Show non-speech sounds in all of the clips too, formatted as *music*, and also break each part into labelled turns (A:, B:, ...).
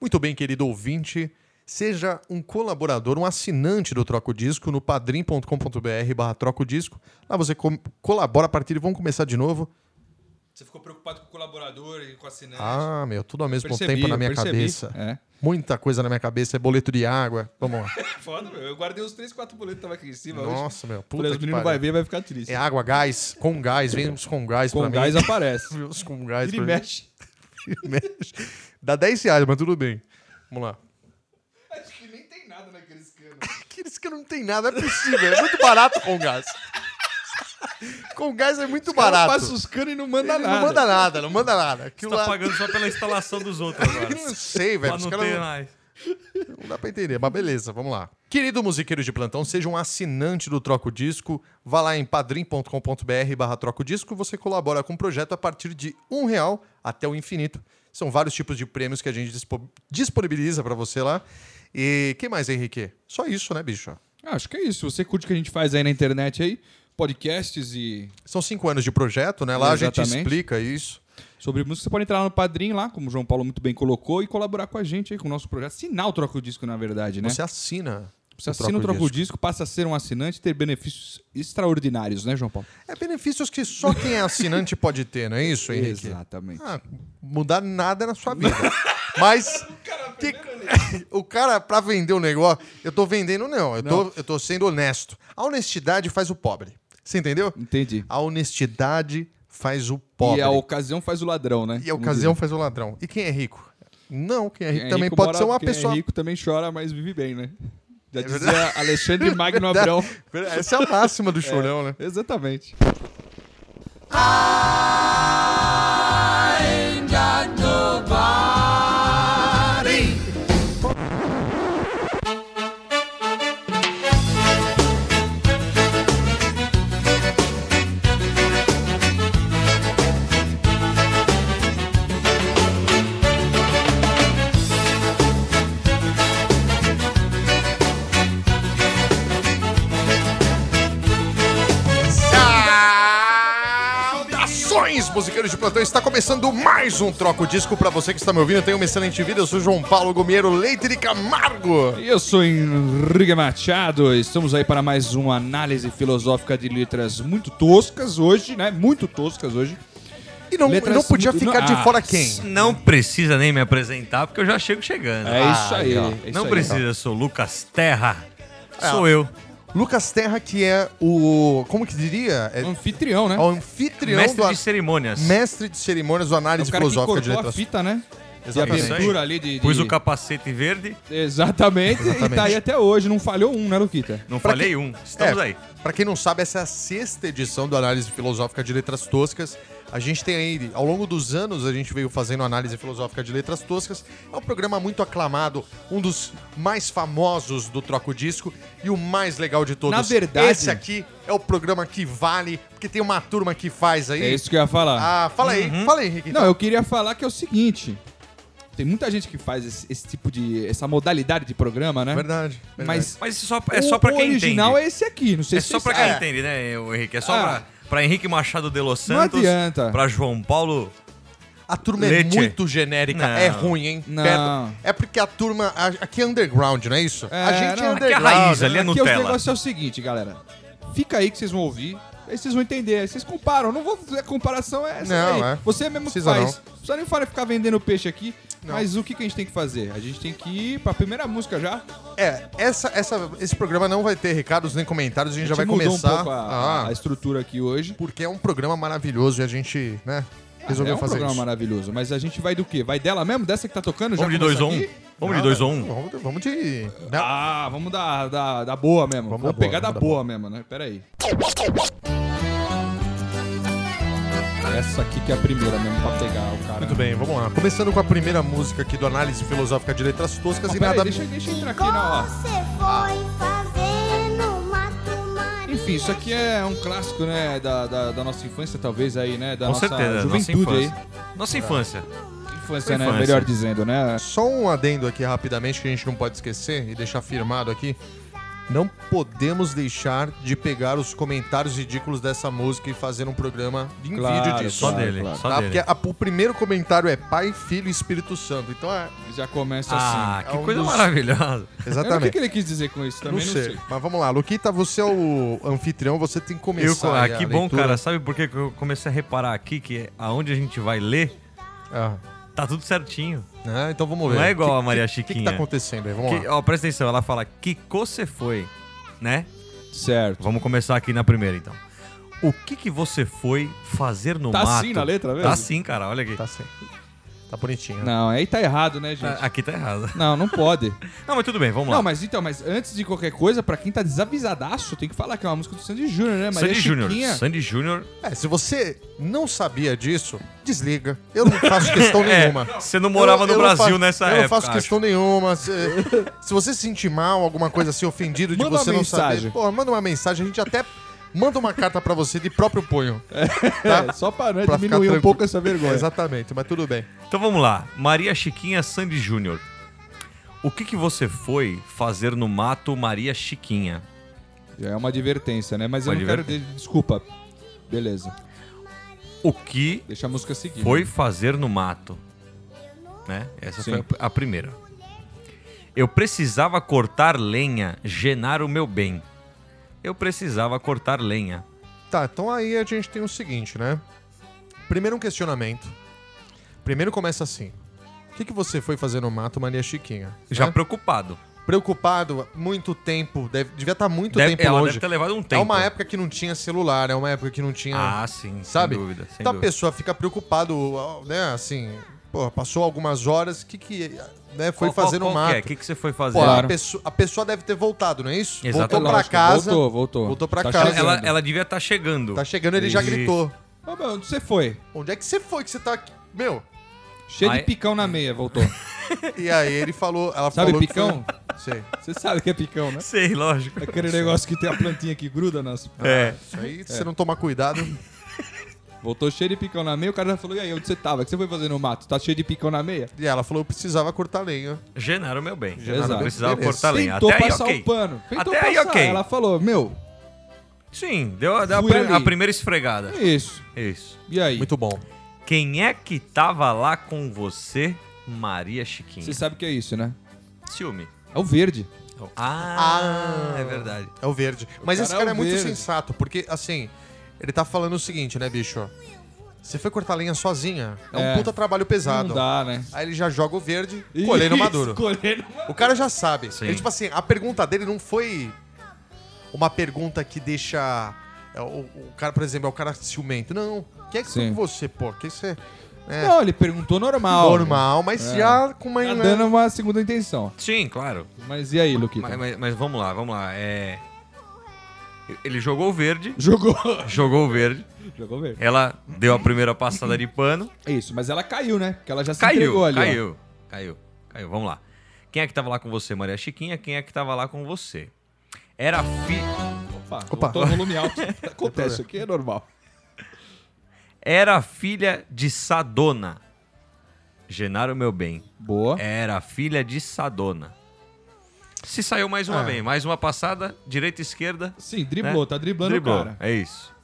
A: Muito bem, querido ouvinte. Seja um colaborador, um assinante do Troco Disco no padrim.com.br barra Troco Disco. Lá você co- colabora a partir e vamos começar de novo.
B: Você ficou preocupado com o colaborador e com o assinante.
A: Ah, meu, tudo ao mesmo
B: É. Percebi,
A: tempo na
B: eu
A: minha
B: percebi.
A: cabeça.
B: É.
A: Muita coisa na minha cabeça, é boleto de água. Vamos lá.
B: *laughs* Foda, meu. Eu guardei uns 3, 4 boletos que tava aqui em cima hoje.
A: Nossa, meu,
B: Falei,
A: puta
B: os
A: que
B: meninos
A: pariu.
B: vai ver e vai ficar triste.
A: É água, gás, com gás, vem uns com gás
B: Com
A: pra
B: gás
A: mim. *laughs*
B: aparece.
A: Vem uns com gás
B: Ele
A: pra mim.
B: mexe.
A: *laughs* Mexe. Dá 10 reais, mas tudo bem. Vamos lá.
B: Acho que nem tem nada naqueles canos.
A: Aqueles que não tem nada, é possível. É muito barato com gás. com gás é muito barato.
B: Passa os canos e não manda
A: Ele
B: nada.
A: Não manda nada, não manda nada. Aquilo
C: Tá
A: lá-
C: pagando só pela instalação dos
A: *laughs*
C: outros agora.
A: Eu não sei, velho.
C: Pra
A: Os
C: não
A: caras
C: ter
A: não-
C: mais.
A: Não dá pra entender, mas beleza, vamos lá. Querido musiqueiro de plantão, seja um assinante do Troco Disco. Vá lá em padrim.com.br barra Troco Disco. Você colabora com o projeto a partir de um real até o infinito. São vários tipos de prêmios que a gente dispo- disponibiliza pra você lá. E que mais, Henrique? Só isso, né, bicho?
B: Ah, Acho que é isso. Você curte o que a gente faz aí na internet aí, podcasts e
A: São cinco anos de projeto, né? Lá a gente
B: Exatamente.
A: explica isso.
B: sobre música. Você pode entrar lá no Padrim lá, como o João Paulo muito bem colocou, e colaborar com a gente aí com o nosso projeto. Assinar o Troca o Disco, na verdade, né?
A: Você assina.
B: Você assina o Troca o
A: Disco.
B: Disco, passa a ser um assinante e ter benefícios extraordinários, né, João Paulo?
A: É benefícios que só quem é assinante pode ter, não é isso, Henrique?
B: Exatamente.
A: Ah, mudar nada na sua vida. Mas. que- *laughs* o cara, pra vender um negócio, eu tô vendendo, não. Eu, Tô, eu tô sendo honesto. A honestidade faz o pobre. Você entendeu?
B: Entendi.
A: A honestidade faz o pobre.
B: E a ocasião faz o ladrão, né?
A: E a ocasião faz o ladrão. E quem é rico? Não, quem é rico
B: Quem é
A: também
B: rico
A: pode
B: mora-
A: ser uma
B: quem é
A: pessoa. É
B: rico também chora, mas vive bem, né? Já dizia
A: verdade. *laughs*
B: Alexandre Magno Abrão.
A: Essa é a máxima
B: *laughs*
A: do chorão, né?
B: Exatamente.
A: Saudações, musiqueiros de plantão! Está começando mais um Troco Disco. Pra você que está me ouvindo, tenha uma excelente vida. Eu sou João Paulo Gomiero Leite de Camargo.
B: E Eu sou Henrique Machado, estamos aí para mais uma análise filosófica de letras muito toscas hoje, né? Muito toscas hoje.
A: E não,
B: Letras
A: não podia
B: mu-
A: ficar
B: não-
A: de
B: ah,
A: fora quem?
C: Não precisa nem me apresentar, porque eu já chego chegando.
B: É isso aí.
A: Ah, legal.
B: é isso
C: não
B: aí.
C: precisa, sou Lucas Terra. Sou eu.
A: Lucas Terra, que é o. Como que diria? É,
B: Um anfitrião, né?
A: é o anfitrião
C: Mestre
A: do.
C: de cerimônias.
A: Mestre de cerimônias do
B: É o
A: análise
B: cara que
A: filosófica
B: cortou
A: de
B: a
A: letras.
B: fita, né? De
A: Exatamente.
B: abertura ali de... de-
C: Pus o capacete verde,
B: Exatamente, e
A: Exatamente.
B: tá aí até hoje, não falhou um, né, Luquita?
C: não
A: Pra
C: falei
A: que-
C: um. Estamos
A: É,
C: aí.
A: Pra quem não sabe, essa é a sexta edição do Análise Filosófica de Letras Toscas. A gente tem aí, ao longo dos anos, a gente veio fazendo Análise Filosófica de Letras Toscas. É um programa muito aclamado, um dos mais famosos do Troco Disco e o mais legal de todos.
B: Na verdade-
A: Esse aqui é o programa que vale, porque tem uma turma que faz aí.
B: É isso que eu ia falar.
A: Ah, fala aí, fala aí, Henrique. então.
B: Não, eu queria falar que é o seguinte. Tem muita gente que faz esse, esse tipo de. essa modalidade de programa, né?
A: É Verdade, verdade.
B: Mas
C: Mas isso só, é só pra
B: o
C: quem
B: original
C: entende.
B: é esse aqui, não sei
C: É
B: se
C: só
B: vocês
C: pra quem
B: sabem.
C: entende, né, o Henrique? É só
B: Ah.
C: pra, pra Henrique Machado de Los
B: Não
C: Santos.
B: adianta.
C: Pra João Paulo.
A: A turma
C: Leite.
A: é muito genérica,
C: Não.
A: é ruim, hein?
B: Não.
A: Perdão. É porque a turma. a- Aqui é underground, não é isso?
B: É,
A: a gente é
B: não. Aqui
C: Que a
A: underground.
C: raiz ali é
B: Aqui o
C: Nutella.
B: negócio é o seguinte, galera. Fica aí que vocês vão ouvir. Aí vocês vão entender. Aí vocês comparam. Não vou fazer comparação é essa.
A: Não,
B: aí.
A: é.
B: Você mesmo que
A: Precisa
B: faz. Não precisa nem falar ficar vendendo peixe aqui.
A: Não.
B: Mas o que, que a gente tem que fazer? A gente tem que ir pra primeira música já.
A: É, essa, essa, esse programa não vai ter recados nem comentários, a gente, já vai
B: mudou
A: começar.
B: um pouco a,
A: Ah,
B: a estrutura aqui hoje.
A: porque é um programa maravilhoso e a gente, né, resolveu
B: é um
A: fazer
B: programa
A: isso.
B: maravilhoso. Mas a gente vai do quê? Vai dela mesmo? Dessa que tá tocando? já
C: Vamos de
B: começa
C: 2 a 1
B: aqui?
C: Vamos de um?
A: Não,
C: 2 a 1
A: Vamos, vamos de. né? Não,
B: Ah, vamos da, da, da boa mesmo.
A: Vamos
B: Vamos,
A: da boa,
B: pegar
A: vamos da
B: da boa, mesmo, né? Pera aí. Essa aqui que é a primeira mesmo pra pegar o cara.
A: Muito bem, vamos lá. Começando com a primeira música aqui do Análise Filosófica de Letras Toscas
B: Mas
A: e
B: pera aí,
A: nada.
B: Ah, deixa, deixa eu entrar aqui né, na. Ó.
D: Você foi fazer no Mato Maria.
B: Enfim, isso aqui é um clássico, né? Da, da, da nossa infância, talvez aí, né? Da
C: Com
B: nossa
C: certeza, nossa
B: juventude
C: infância. Nossa infância.
B: aí. Infância, né?
C: Infância.
B: Melhor dizendo, né?
A: Só um adendo aqui rapidamente que a gente não pode esquecer e deixar firmado aqui. Não podemos deixar de pegar os comentários ridículos dessa música e fazer um programa em
B: Claro,
A: vídeo disso.
C: Só
B: Claro,
C: dele,
B: claro.
C: só
A: Tá?
C: dele.
A: Porque a- o primeiro comentário é Pai, Filho e Espírito Santo. Então
C: *laughs*
A: é.
B: Já começa
C: Ah,
B: assim.
A: é
C: que
A: um
C: coisa
A: dos-
C: maravilhosa.
B: Era o que,
A: Exatamente.
B: que ele quis dizer com isso
A: Não
B: também? Não sei.
A: sei. Mas vamos lá, Luquita, você é o anfitrião, você tem que
C: Eu,
A: começar.
C: ah,
A: aí a
C: que bom,
A: leitura.
C: cara. Sabe por que que eu comecei a reparar aqui que aonde a gente vai ler,
A: Ah,
C: tá tudo certinho.
A: né? Então vamos ver.
C: Não é igual a Maria
A: O que, que
C: Chiquinha.
A: tá acontecendo aí? Vamos
C: Que-
A: lá.
C: ó, presta atenção, ela fala que você foi, né?
B: Certo.
C: Vamos começar aqui na primeira, então. O que que você foi fazer no
B: Tá
C: mato?
B: assim na letra mesmo?
C: Tá assim, cara, olha aqui.
A: Tá sim. Tá bonitinho. né?
B: Não, aí tá errado, né, gente?
C: Ah, aqui tá errado.
B: Não, não pode.
C: Não, mas tudo bem, vamos
B: Não,
C: lá.
B: mas então, mas antes de qualquer coisa, pra quem tá desavisadaço, tem que falar que é uma música do Sandy Júnior, né? Maria
C: Sandy Júnior.
B: Chiquinha.
C: Sandy Júnior.
A: É, se você não sabia disso, desliga. Eu não faço questão
C: *laughs* É,
A: Então nenhuma.
C: você não morava
A: Eu-
C: no
A: eu não
C: Brasil
A: faço-
C: nessa
A: eu
C: época.
A: não faço
C: acho.
A: questão nenhuma. Se, *laughs* se você se sentir mal, alguma coisa assim, ofendido de
B: Manda
A: você
B: uma
A: não
B: mensagem.
A: saber, pô, manda uma mensagem. A gente até manda uma carta pra você de próprio punho.
B: É, só pra, né,
A: Pra ficar
B: diminuir um
A: tranquilo.
B: pouco essa vergonha.
A: Exatamente, mas tudo bem.
C: Então vamos lá. Maria Chiquinha Sandy Júnior. O que que você foi fazer no mato, Maria Chiquinha?
B: Já é uma advertência, né? Mas eu
C: Uma
B: não quero. de- Desculpa. Beleza.
C: O que
B: Deixa a música seguir.
C: foi fazer no mato? Né? Essa
B: Sim.
C: foi a- a primeira. Eu precisava cortar lenha, genar o meu bem. Eu precisava cortar lenha.
A: Tá, então aí a gente tem o seguinte, né? Primeiro um questionamento. Primeiro começa assim. O que, que você foi fazer no mato, Maria Chiquinha?
C: Já
A: Né?
C: preocupado.
A: preocupado, muito tempo, deve- devia estar muito
C: Deve-
A: tempo
C: ela
A: longe.
C: deve ter levado um tempo.
A: É uma época que não tinha celular, é uma época que não tinha.
C: Ah, sim.
A: sabe?
C: Sem dúvida. Sem
A: então a
C: dúvida.
A: pessoa fica preocupada, né? Assim, pô, passou algumas horas, o que, que né, foi
C: Qual- qual-
A: fazer no
C: qual que é?
A: mato?
C: O que, que você foi fazer?
A: Pô,
B: Claro.
A: a, pessoa, a pessoa deve ter voltado, não é isso?
C: Exato.
A: Voltou pra
B: Lógico,
A: casa.
B: Voltou, voltou.
A: Voltou pra
B: Tá
A: casa.
B: chegando.
C: ela, ela devia estar chegando.
A: Tá chegando, ele já
C: Entendi.
A: gritou.
B: Ô, meu, onde você foi?
A: Onde é que você foi que você tá aqui? Meu.
B: Cheio
C: Aí-
B: de picão na meia, voltou.
A: E aí ele falou. Ela
B: Sabe
A: falou
B: picão?
A: Que foi... *laughs* Sei.
B: Você sabe que é picão,
C: *laughs*
B: né?
C: *laughs* Sei,
A: É
C: lógico.
B: Aquele negócio que tem a plantinha que gruda nas.
C: É.
A: Isso aí, se você não tomar cuidado.
B: Voltou cheio de picão na meia, o cara já falou: e aí, onde você tava? O que você foi fazer no mato? Tá cheio de picão na meia?
A: E ela falou: eu precisava cortar lenha.
C: Genaro, meu bem.
B: Genaro,
C: Genaro,
B: meu
C: precisava
A: beleza.
C: cortar lenha.
B: Tentou
C: Tá Até aí,
B: passar
C: ok.
B: o pano. Tentou
C: Até aí,
B: passar.
C: ok.
B: Ela falou: meu,
C: Sim, deu, a- deu a,
B: Fui
C: pri-
B: ali.
C: a primeira esfregada.
B: é isso.
C: Isso.
B: E aí?
A: Muito bom.
C: Quem é que tava lá com você, Maria Chiquinha?
B: Você sabe o que é isso, né?
C: Ciúme.
B: É o verde.
C: Ah, é verdade.
A: É o verde. Mas
B: cara
A: esse cara
B: é
A: é,
B: o
A: muito
B: verde.
A: sensato, porque, assim, ele tá falando o seguinte, né, bicho? Você foi cortar lenha sozinha. É um
B: É.
A: puta trabalho pesado.
C: Tá,
B: Não dá, né?
A: Aí ele já joga o verde, colhei no maduro.
B: *laughs* Colher no maduro.
A: O cara já sabe.
C: Sim.
A: Ele, tipo assim, a pergunta dele não foi uma pergunta que deixa. é, O, o cara, por exemplo, é o cara ciumento. Não. Quem é que foi
B: Sim.
A: com você, pô? Quem você. É.
B: Não, ele perguntou normal.
A: Normal, mas já com uma.
B: Tá dando uma segunda intenção.
C: Sim, claro.
B: Mas e aí, Luquita?
C: Mas, mas- mas vamos lá, vamos lá. É... Ele jogou o verde.
B: Jogou. *laughs*
C: Jogou o verde.
B: Jogou verde.
C: Ela deu a primeira passada de pano.
B: É isso, mas ela caiu, né? Porque ela já se
C: Caiu,
B: entregou ali. ó.
C: caiu, caiu, caiu. Vamos lá. Quem é que tava lá com você, Maria Chiquinha? Quem é que tava lá com você? Era fi...
B: Opa,
A: Opa.
B: Opa. o volume
C: *laughs*
B: alto. Acontece, isso aqui é normal.
C: Era filha de Sadona. Genaro, meu bem.
B: Boa.
C: Era filha de Sadona. Se saiu mais uma
A: Ah.
C: bem, mais uma passada, direita e esquerda.
B: Sim, driblou,
C: né?
B: tá driblando
C: Driblou,
B: o cara.
C: É isso.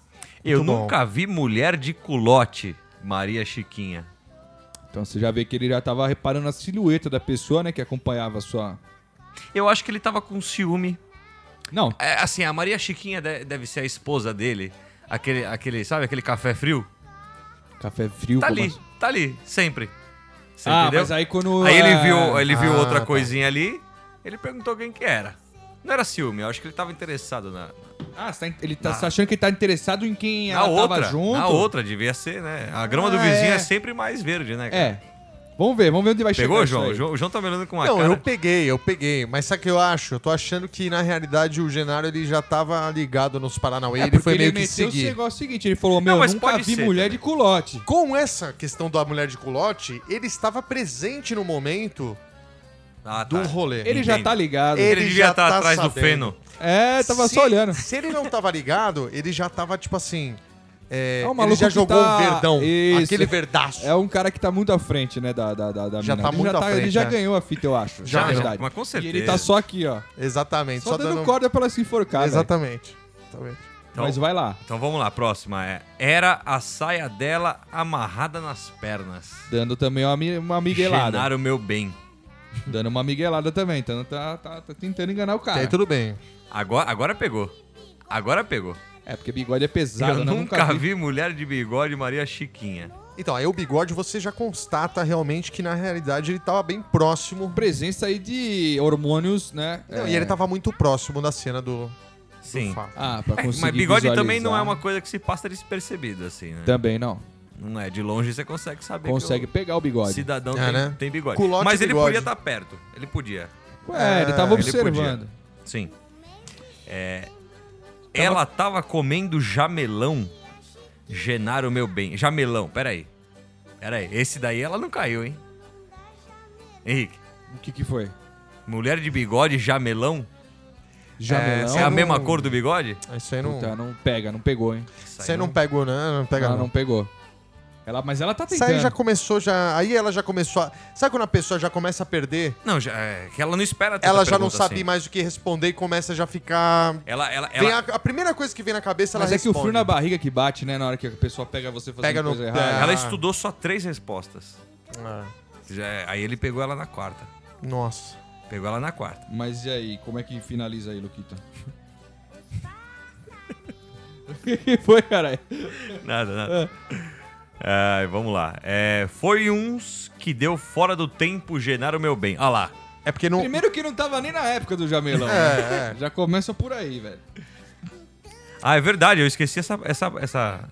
C: Eu
A: bom.
C: nunca vi mulher de culote, Maria Chiquinha.
B: Então você já vê que ele já tava reparando a silhueta da pessoa, né? Que acompanhava a sua.
C: Eu acho que ele tava com ciúme.
B: Não,
C: É, assim, a Maria Chiquinha de- deve ser a esposa dele. Aquele, aquele, sabe aquele café frio?
B: café frio.
C: Tá
B: como
C: ali,
B: assim?
C: tá ali, sempre. Você
B: Ah,
C: entendeu?
B: mas aí quando.
C: Aí ele
B: é,
C: viu, ele viu
A: Ah,
C: outra
A: tá.
C: coisinha ali, ele perguntou quem que era. Não era ciúme, eu acho que ele tava interessado na,
B: Ah, você tá in- ele tá você tá achando que ele tá interessado em quem
C: na
B: ela
C: outra.
B: tava junto?
C: Na outra, devia ser, né? A grama do
B: Ah,
C: vizinho é.
B: é.
C: sempre mais verde, né? cara?
B: É. Vamos ver, vamos ver onde vai chegar.
C: Pegou,
B: isso
C: João?
B: aí.
C: O João? O João tá me olhando com uma
A: Não,
C: cara...
A: eu peguei, eu peguei. Mas sabe o que eu acho? Eu tô achando que, na realidade, o Genaro ele já tava ligado nos Paranauê. ele
B: É porque
A: foi meio que
B: meteu
A: seguir.
B: O negócio seguinte, ele falou: Meu,
C: Não, mas
B: nunca
C: pode
B: vi
C: ser
B: mulher
C: também.
B: de culote.
A: Com essa questão da mulher de culote, ele estava presente no momento
C: Ah,
A: do
C: tá.
A: rolê.
B: Ele
C: Entendo.
B: já tá ligado.
C: Ele,
A: Ele
C: devia
A: já
C: estar
A: tá
C: atrás do
A: sabendo.
C: feno.
B: É, tava só olhando.
A: Se ele não tava ligado, ele já tava, tipo assim, É,
B: É um
A: ele
B: maluco
A: já
B: que
A: jogou
B: tá-
A: o verdão,
B: Isso.
A: aquele verdaço.
B: É um cara que tá muito à frente, né, da, da, da, da
A: Já tá
B: mina. ele
A: muito à
B: Ele
A: frente,
B: já
A: né?
B: ganhou a fita, eu acho.
A: Já,
B: na
A: já,
B: verdade.
C: mas com
B: E
C: certeza.
B: ele tá só aqui, ó.
A: Exatamente.
B: Só, dando, corda pra ela se enforcar, velho.
A: Exatamente. Exatamente.
C: Então,
B: Mas vai lá.
C: então vamos lá, próxima é. Era a saia dela amarrada nas pernas.
B: Dando também uma, mi- uma miguelada.
C: Genaram meu bem.
B: Dando uma miguelada também. Então tá, tá, tá tentando enganar o
A: E
B: cara.
A: aí, tudo bem.
C: Agora, agora pegou. Agora pegou.
B: É, porque bigode é pesado.
C: Eu
B: né?
C: nunca, vi. mulher de bigode Maria Chiquinha.
A: Então, aí o bigode você já constata realmente que na realidade ele tava bem próximo.
B: Presença aí de hormônios, né?
A: Não,
B: É.
A: E ele tava muito próximo da cena do, do
C: Sim.
A: fato.
B: Ah, pra
C: É,
B: conseguir
C: mas bigode
B: visualizar.
C: também não é uma coisa que se passa despercebida, assim, né?
A: Então-
B: Também não.
C: Não é. De longe você consegue saber.
B: Consegue
C: que
B: pegar o
C: o
B: bigode.
C: cidadão
A: É,
C: tem,
A: né?
C: tem bigode.
A: Culote
C: mas
A: e
C: ele
A: bigode.
C: podia estar perto. Ele podia.
B: Ué, ele
A: É,
B: tava
C: ele podia.
B: observando.
C: Sim. É, Ela tava comendo jamelão. Genaro, meu bem. Jamelão, peraí. Peraí, esse daí ela não caiu, hein? Henrique,
B: O que que foi?
C: mulher de bigode, jamelão?
B: Jamelão?
C: É a
A: não-
C: mesma cor do bigode?
A: Ah, Isso aí não.
B: Puta, não pega, não pegou, hein?
A: Isso aí não pegou, né? Não pega,
B: ela
A: não.
B: não pegou. Ela, mas ela tá
A: Isso
B: tentando.
A: aí já começou, já. Aí ela já começou a. Sabe quando a pessoa já começa a perder?
C: Não, já, é, que ela não espera tanta
A: Ela já não
C: pergunta
A: sabe
C: assim.
A: mais o que responder e começa já a ficar.
C: Ela, ela,
A: Vem
C: ela,
A: a, a primeira coisa que vem na cabeça, ela
B: Mas é que o
A: responde.
B: frio na barriga que bate, né? Na hora que a pessoa pega você fazendo
A: Pega no-
B: coisa errada.
C: ela
A: Ah.
C: estudou só três respostas.
A: barriga.
C: Já é, aí ele pegou ela na quarta.
A: nossa.
C: Pegou ela na quarta.
B: Mas e aí, como é que finaliza aí, Luquita? foi, caralho.
C: Nada, nada. Ai, vamos lá. É, foi uns que deu fora do tempo Genaro meu bem. Ah lá.
A: É porque não.
B: Primeiro que não tava nem na época do Jamelão.
A: É,
B: né? Já começa por aí, velho.
C: Ah, é verdade, eu esqueci essa essa essa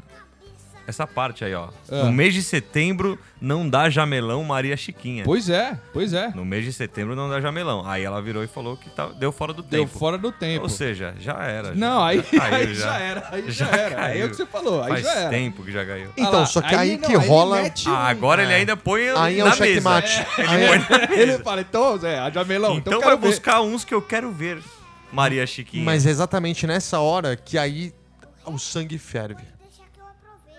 C: essa parte aí, ó.
B: Ah.
C: No mês de setembro não dá jamelão Maria Chiquinha.
B: Pois é, pois é.
C: No mês de setembro não dá jamelão. Aí ela virou e falou que tá- deu fora do
B: Deu
C: tempo.
B: fora do tempo.
C: Ou seja, já era.
B: Não, *laughs* aí,
C: já caiu,
B: aí já. era, aí já,
C: Já
B: era. Aí é o
C: caiu.
B: que você falou, aí
C: Faz
B: já era.
C: tempo que já ganhou.
B: Ah
A: Então,
B: lá,
A: só que aí,
B: não,
A: que rola.
B: Ele, mete um-
C: Ah, agora ele ainda põe
A: Aí é
C: na
A: o
C: mesa. um
A: checkmate. Aí é-
B: ele fala, então, Zé, a Jamelão, então,
C: Então
B: quero
C: vai
B: ver.
C: buscar uns que eu quero ver, Maria Chiquinha.
A: Mas é exatamente nessa hora que aí o sangue ferve.
D: Deixa que eu aproveito.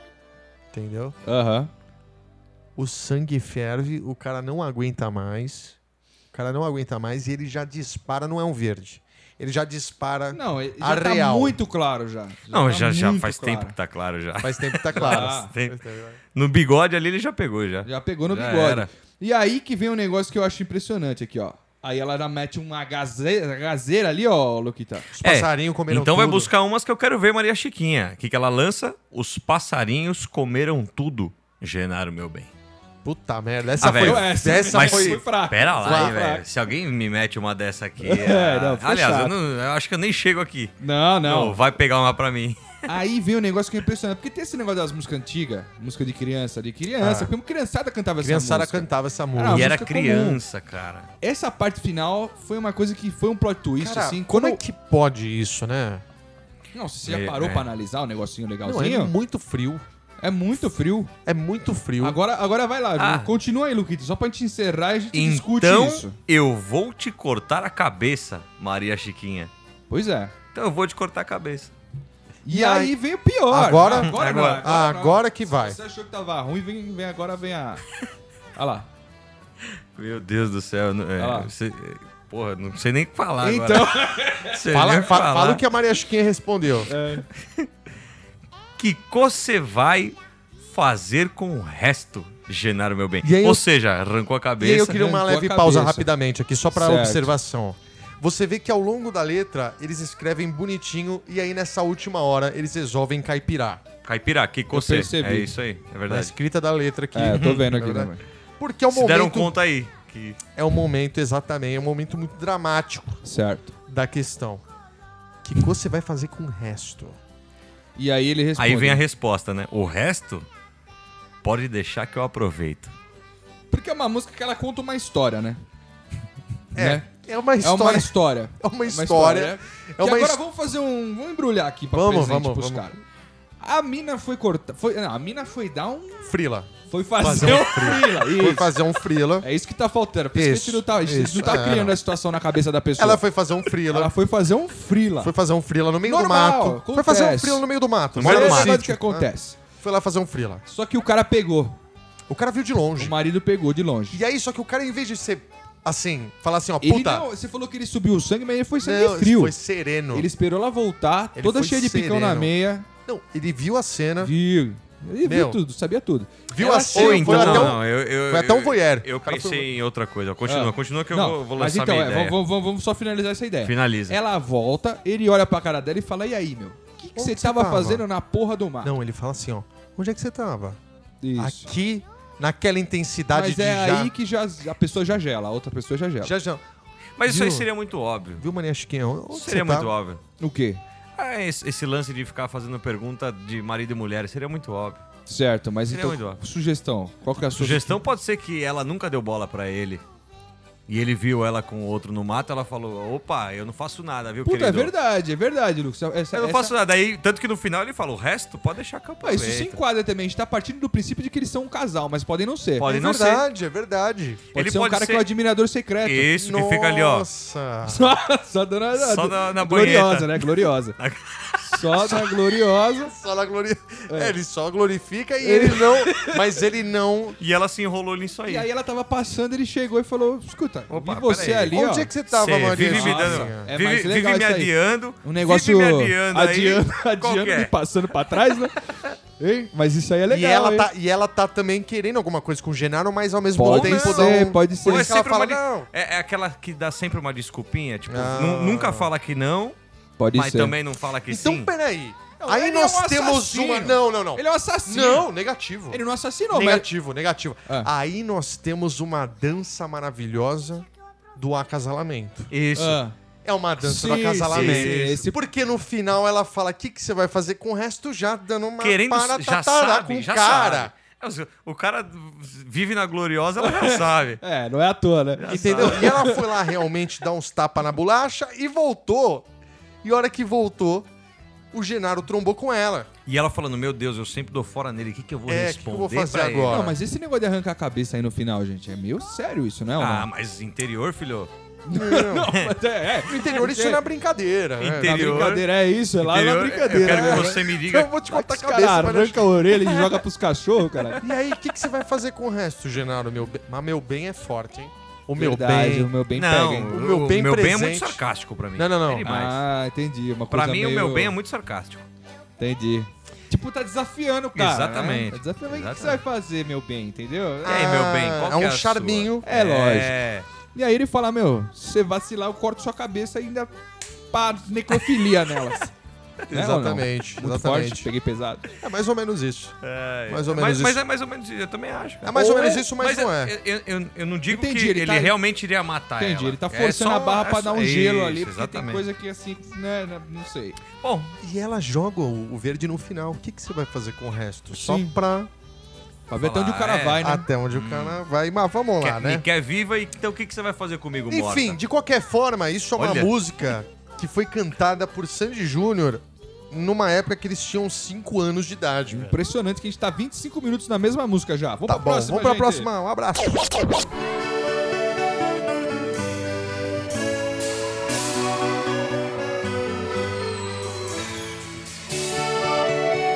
A: Entendeu?
B: Aham.
A: O sangue ferve, o cara não aguenta mais. O cara não aguenta mais e ele já dispara, não é um verde. Ele já dispara.
B: Não, ele- já
A: A
B: tá
A: real.
B: muito claro já.
C: Não,
B: tá
C: já, já
B: muito
C: faz
B: claro.
C: tempo que tá claro já.
A: Faz tempo que tá
C: *laughs*
A: claro.
B: Ah.
C: Tem- No bigode ali ele já pegou já.
B: Já pegou no
C: Já
B: bigode.
C: era.
B: E aí que vem um negócio que eu acho impressionante aqui, ó. Aí ela já mete uma gazeira, gazeira ali, ó, Luquita.
A: Os passarinhos comeram
C: então vai
A: tudo.
C: buscar umas que eu quero ver, Maria Chiquinha. O que, que ela lança? Os passarinhos comeram tudo, Genaro, meu bem.
A: Puta merda. Essa
C: Ah,
A: foi.
C: velho,
B: É,
A: essa,
C: mas-
A: foi.
B: fraca.
C: Pera lá,
A: Vai,
C: hein,
B: vai.
C: velho. Se alguém me mete uma
B: *laughs*
C: dessa aqui.
B: É,
C: ah,
B: não, foi
C: aliás, eu,
B: chato.
C: não- eu acho que eu nem chego aqui.
B: Não, não.
C: Não, vai pegar uma pra mim.
B: Aí vem um negócio que é impressionante. Porque tem esse negócio das músicas antigas, música de criança, de criança.
A: Ah.
B: Porque uma criançada cantava essa
A: Criançada
B: música.
A: cantava essa
B: Ah,
A: música. é
C: e era
B: música comum.
C: criança, cara.
B: Essa parte final foi uma coisa que foi um plot twist,
A: Cara,
B: assim.
A: como
B: Quando...
A: é que pode isso, né?
B: Não, você já
C: É,
B: parou
C: é.
B: pra analisar o negocinho
A: Não, é
B: legalzinho?
A: muito frio.
B: é, muito frio.
A: É muito frio.
B: Agora, agora vai lá,
C: Ah.
B: Ju. continua aí, Luquita. Só pra gente encerrar e a gente discute
C: Então
B: isso.
C: eu vou te cortar a cabeça, Maria Chiquinha.
B: Pois é.
C: Então eu vou te cortar a cabeça.
B: E,
A: E
B: aí,
A: aí-
B: vem o pior.
A: Agora?
B: agora, não,
C: Agora.
A: Ah,
B: não.
A: agora que
B: Se
A: vai.
B: Você achou que tava ruim, vem, vem agora, vem
A: *laughs*
B: a. Olha lá.
C: Meu Deus do céu. não- é,
B: Olha lá.
C: você- é, porra, não sei nem o que falar
B: então,
A: *laughs*
C: agora. Não sei nem
A: Fala,
C: que
A: fa-
C: falar.
A: fala o que a Maria Chiquinha respondeu.
B: É.
C: que você vai fazer com o resto, Genaro, meu bem?
A: E aí
C: Ou
A: eu-
C: seja, arrancou a
A: E aí eu
C: cabeça. né?
A: queria uma
B: arrancou né, a
A: leve
B: cabeça.
A: pausa rapidamente aqui, só pra
B: Certo.
A: observação. Você vê que ao longo da letra, eles escrevem bonitinho e aí nessa última hora eles resolvem caipirar.
C: Caipira, que você.
B: percebi.
C: É isso aí, é
A: Na
C: verdade.
A: escrita da letra aqui. Uhum.
B: é, eu tô vendo aqui
A: Verdade.
B: também.
A: Porque é um
C: Se deram
A: momento.
C: conta aí. Que...
A: É um momento, exatamente, é um momento muito dramático
B: Certo.
A: da questão. O que você vai fazer com o resto?
B: E aí ele responde.
C: Aí vem a resposta, né? O resto, pode deixar que eu aproveito.
B: Porque é uma música que ela conta uma história, né?
A: *laughs* É,
B: Né?
A: é uma
B: É uma *laughs*
A: história.
B: história.
A: *laughs* É uma história.
B: E
A: É uma
B: agora
A: his-
B: vamos fazer um. Vamos embrulhar aqui pra
A: Vamos,
B: presente
A: vamos,
B: pros
A: vamos.
B: caras. A mina foi cortar. Foi... não, a mina foi dar um
A: Frila.
B: Foi fazer,
A: Fazer um
B: um frila.
A: Foi
B: Isso.
A: fazer um frila.
B: É isso que tá faltando. Por isso, que a
A: Isso,
B: gente não tá, a gente
A: isso.
B: não tá
A: É,
B: criando
A: não.
B: a situação na cabeça da pessoa.
A: Ela foi fazer um frila.
B: Ela foi fazer um frila.
A: Foi fazer um frila no meio
B: Normal,
A: do mato. Foi
B: acontece.
A: fazer um frila no meio do mato.
B: Mas
A: Mora no
B: é
A: mato.
B: verdade o que acontece.
A: Foi lá fazer um frila.
B: Só que o cara pegou.
A: O cara viu de
B: O
A: longe.
B: marido pegou de longe.
A: E aí, só que o cara, em vez de ser assim, falar assim, ó,
B: Ele
A: puta.
B: não- você falou que ele subiu o sangue, mas ele foi sangue
A: não,
B: frio.
A: foi sereno.
B: Ele esperou ela voltar,
A: Ele
B: toda
A: foi
B: cheia de picão na
A: sereno.
B: meia.
A: Não, ele viu a cena,
B: Viu? Ele
A: Meu.
B: viu tudo, sabia tudo.
A: viu
B: Ela
A: a
B: chega-
A: cena,
C: Ou
A: foi
C: então,
A: até um,
C: não, eu, eu-
A: foi até um
C: eu-
A: voyeur.
C: Eu
A: O cara
C: pensei
A: foi-
C: em outra coisa. Continua,
B: Ah.
C: continua que eu
B: Não,
C: vou, vou
B: mas
C: lançar
B: então,
C: minha
B: é,
C: ideia.
B: Vamos, vamos- vamos só finalizar essa ideia.
C: Finaliza.
B: Ela volta, ele olha pra cara dela e fala: E aí, meu? O que que
A: Onde você
B: você tava,
A: tava?"
B: fazendo na porra do mar?
A: Não, ele fala assim, ó. Onde é que você tava?
B: Isso.
A: Aqui, naquela intensidade
B: Mas
A: de
B: é
A: já.
B: aí que já, a pessoa já gela, a outra pessoa já gela.
A: Já, já.
C: Mas isso aí
A: Viu?
C: seria muito óbvio.
A: Viu, Maria Chiquinha? Onde você tá?
C: seria muito óbvio.
B: O quê?
C: Ah, esse, esse lance de ficar fazendo pergunta de marido e mulher seria muito óbvio.
B: Certo, mas
C: Seria muito
B: então,
C: óbvio.
B: sugestão. Qual que é a sua
C: Sugestão pode ser que ela nunca deu bola pra ele. E ele viu ela com o outro no mato, ela falou: opa, eu não faço nada, viu?
B: Puta,
C: querido?
B: é verdade, é verdade, Lucas. Essa,
C: Eu não
B: essa-
C: faço nada. Aí, tanto que no final ele fala: o resto pode deixar que eu
B: Ah, isso se
C: aproveito."
B: enquadra também. A gente tá partindo do princípio de que eles são um casal, mas podem não ser.
C: Pode
A: É
C: não
A: verdade, é verdade.
B: Pode
C: Ele
B: ser um
C: pode
B: cara
C: ser-
B: que é um admirador secreto.
C: Isso, que fica ali, ó.
A: Nossa.
B: *laughs* Só, só dando
C: Só na- na
B: Gloriosa,
C: banheta.
B: né?
C: *laughs*
B: Gloriosa. só na gloriosa.
A: Só na glori... é, ele só glorifica e ele
B: *laughs*
A: não. Mas ele não.
C: E ela se enrolou nisso aí.
B: E aí ela tava passando, ele chegou e falou: escuta,
C: Opa,
B: e você
C: peraí.
B: ali, ó.
A: Onde é que você tava,
C: Cê
A: Maria
C: vive me
A: Chiquinha?
C: dando.
B: é
C: vive
B: mais legal
C: vive me
B: isso aí.
C: adiando.
B: Um negócio
C: Vive me adiando. aí.
B: adiando,
C: Qual
B: adiando
C: que
B: e
C: é?
B: passando pra trás,
C: *laughs*
B: né? Hein? Mas isso aí é legal.
A: e, ela
B: hein?
A: tá, e ela tá também querendo alguma coisa com o Genaro, mas ao mesmo
B: Pode
A: tempo
B: ser,
A: não.
B: pode ser.
C: Ou é,
A: Ela
C: sempre
A: fala,
C: uma de-
A: "Não."
C: é, é aquela que dá sempre uma desculpinha. Tipo,
A: Ah.
C: nu- nunca fala que não,
B: Pode
C: mas
B: ser.
C: também não fala que
A: é. Então,
C: sim.
A: peraí.
B: Não,
A: Aí
B: ele é
A: nós
B: um
A: temos
B: assassino.
A: uma. Não, não, não.
B: Ele é um assassino.
A: Não, negativo.
B: Ele não assassinou, mas.
A: negativo, negativo.
B: Ah.
A: Aí nós temos uma dança maravilhosa do acasalamento.
C: Isso.
B: Ah,
A: É uma dança do
B: Sim,
A: acasalamento.
B: sim, sim, esse-
A: Porque no final ela fala: o que, que você vai fazer com o resto já dando uma
C: Querendo, já
A: paratatará
C: sabe,
A: com o
C: já
A: cara.
C: sabe. É, O o cara vive na gloriosa,
A: *laughs*
C: ela já sabe.
B: É, não é à toa, né?
A: Entendeu? E ela foi lá realmente dar uns tapas na bolacha e voltou. E a hora que voltou, o Genaro trombou com ela.
C: E ela falando, meu Deus, eu sempre dou fora nele, o que, que eu vou
A: É, o que que eu
C: responder
A: vou fazer
C: pra ele?"
A: agora?
B: Não, mas esse negócio de arrancar a cabeça aí no final, gente, é meio sério isso, né? ou
C: Ah,
B: não?
C: mas interior, filho.
B: *laughs* não, mas é. é.
C: *laughs*
A: No interior, isso
B: É.
A: é na brincadeira. né?
C: Inter-
B: Na
C: Interior-
B: brincadeira é isso, é lá na
C: interior,
B: brincadeira.
C: Eu quero
B: é.
C: que você me diga.
A: Então eu vou te cortar a
B: Os caras
A: cabeça. mas
B: arranca a orelha e joga pros cachorros, cara.
C: *laughs*
A: E aí, o que, que você vai fazer com o resto, Genaro? Meu bem? Mas meu bem é forte, hein? O meu
B: Verdade,
A: bem.
B: o meu bem
C: não,
B: pega, hein?
A: O
C: o
A: meu
C: meu,
A: bem
C: é muito
A: presente.
C: sarcástico pra mim.
A: Não, não, não.
C: É demais.
B: Ah, entendi. Uma coisa
C: pra mim, o
B: meio-
C: meu bem é muito sarcástico.
B: Entendi. Tipo, tá desafiando o cara. né?
C: Exatamente.
B: Tá desafiando. Mas O que
C: Exatamente.
B: você vai fazer, meu bem, entendeu?
C: E aí, meu bem, qual
A: é
C: que
A: um
C: a sua?
A: charminho.
B: É, lógico.
C: É,
B: E aí ele fala, meu, se você vacilar, eu corto sua cabeça e ainda pá,
C: *laughs*
B: necrofilia nelas. Né, ou não?
A: Exatamente,
B: Muito
A: exatamente.
B: forte, peguei pesado.
A: É mais ou menos isso.
C: é,
A: Mais ou
C: mas-
A: menos
C: mas,
A: isso.
C: é mais ou menos isso, eu também acho.
A: É mais ou,
B: Ou
A: menos
B: é-
A: isso, mas, não é.
C: eu- Eu, eu- eu não digo
B: Entendi,
C: que
B: ele
C: ele,
B: tá-
C: realmente iria matar
B: Entendi,
C: ela.
B: ele tá
C: É
B: forçando
C: só-
B: a barra
C: é
B: pra
C: só-
B: dar um gelo
C: Isso,
B: ali, porque tem
C: exatamente.
B: coisa que assim, né, né, não sei.
C: Bom,
A: E ela joga o o verde no final. O que, que você vai fazer com o resto? Só
B: Sim.
A: pra
B: Pra ver até onde o
C: Falar,
B: cara
C: é.
B: vai, né?
A: até onde o cara vai. Mas vamos lá,
C: quer, me
A: né?
C: quer viva, então o que, que você vai fazer comigo, morta?
A: Enfim, de qualquer forma, isso é uma
C: Olha.
A: música que foi cantada por Sandy Júnior numa época que eles tinham 5 anos de idade. velho.
B: Impressionante que a gente tá 25 minutos na mesma música já. Vamos
A: Tá
B: pra
A: bom,
B: próxima,
A: vamos pra
B: gente.
A: próxima. Um abraço.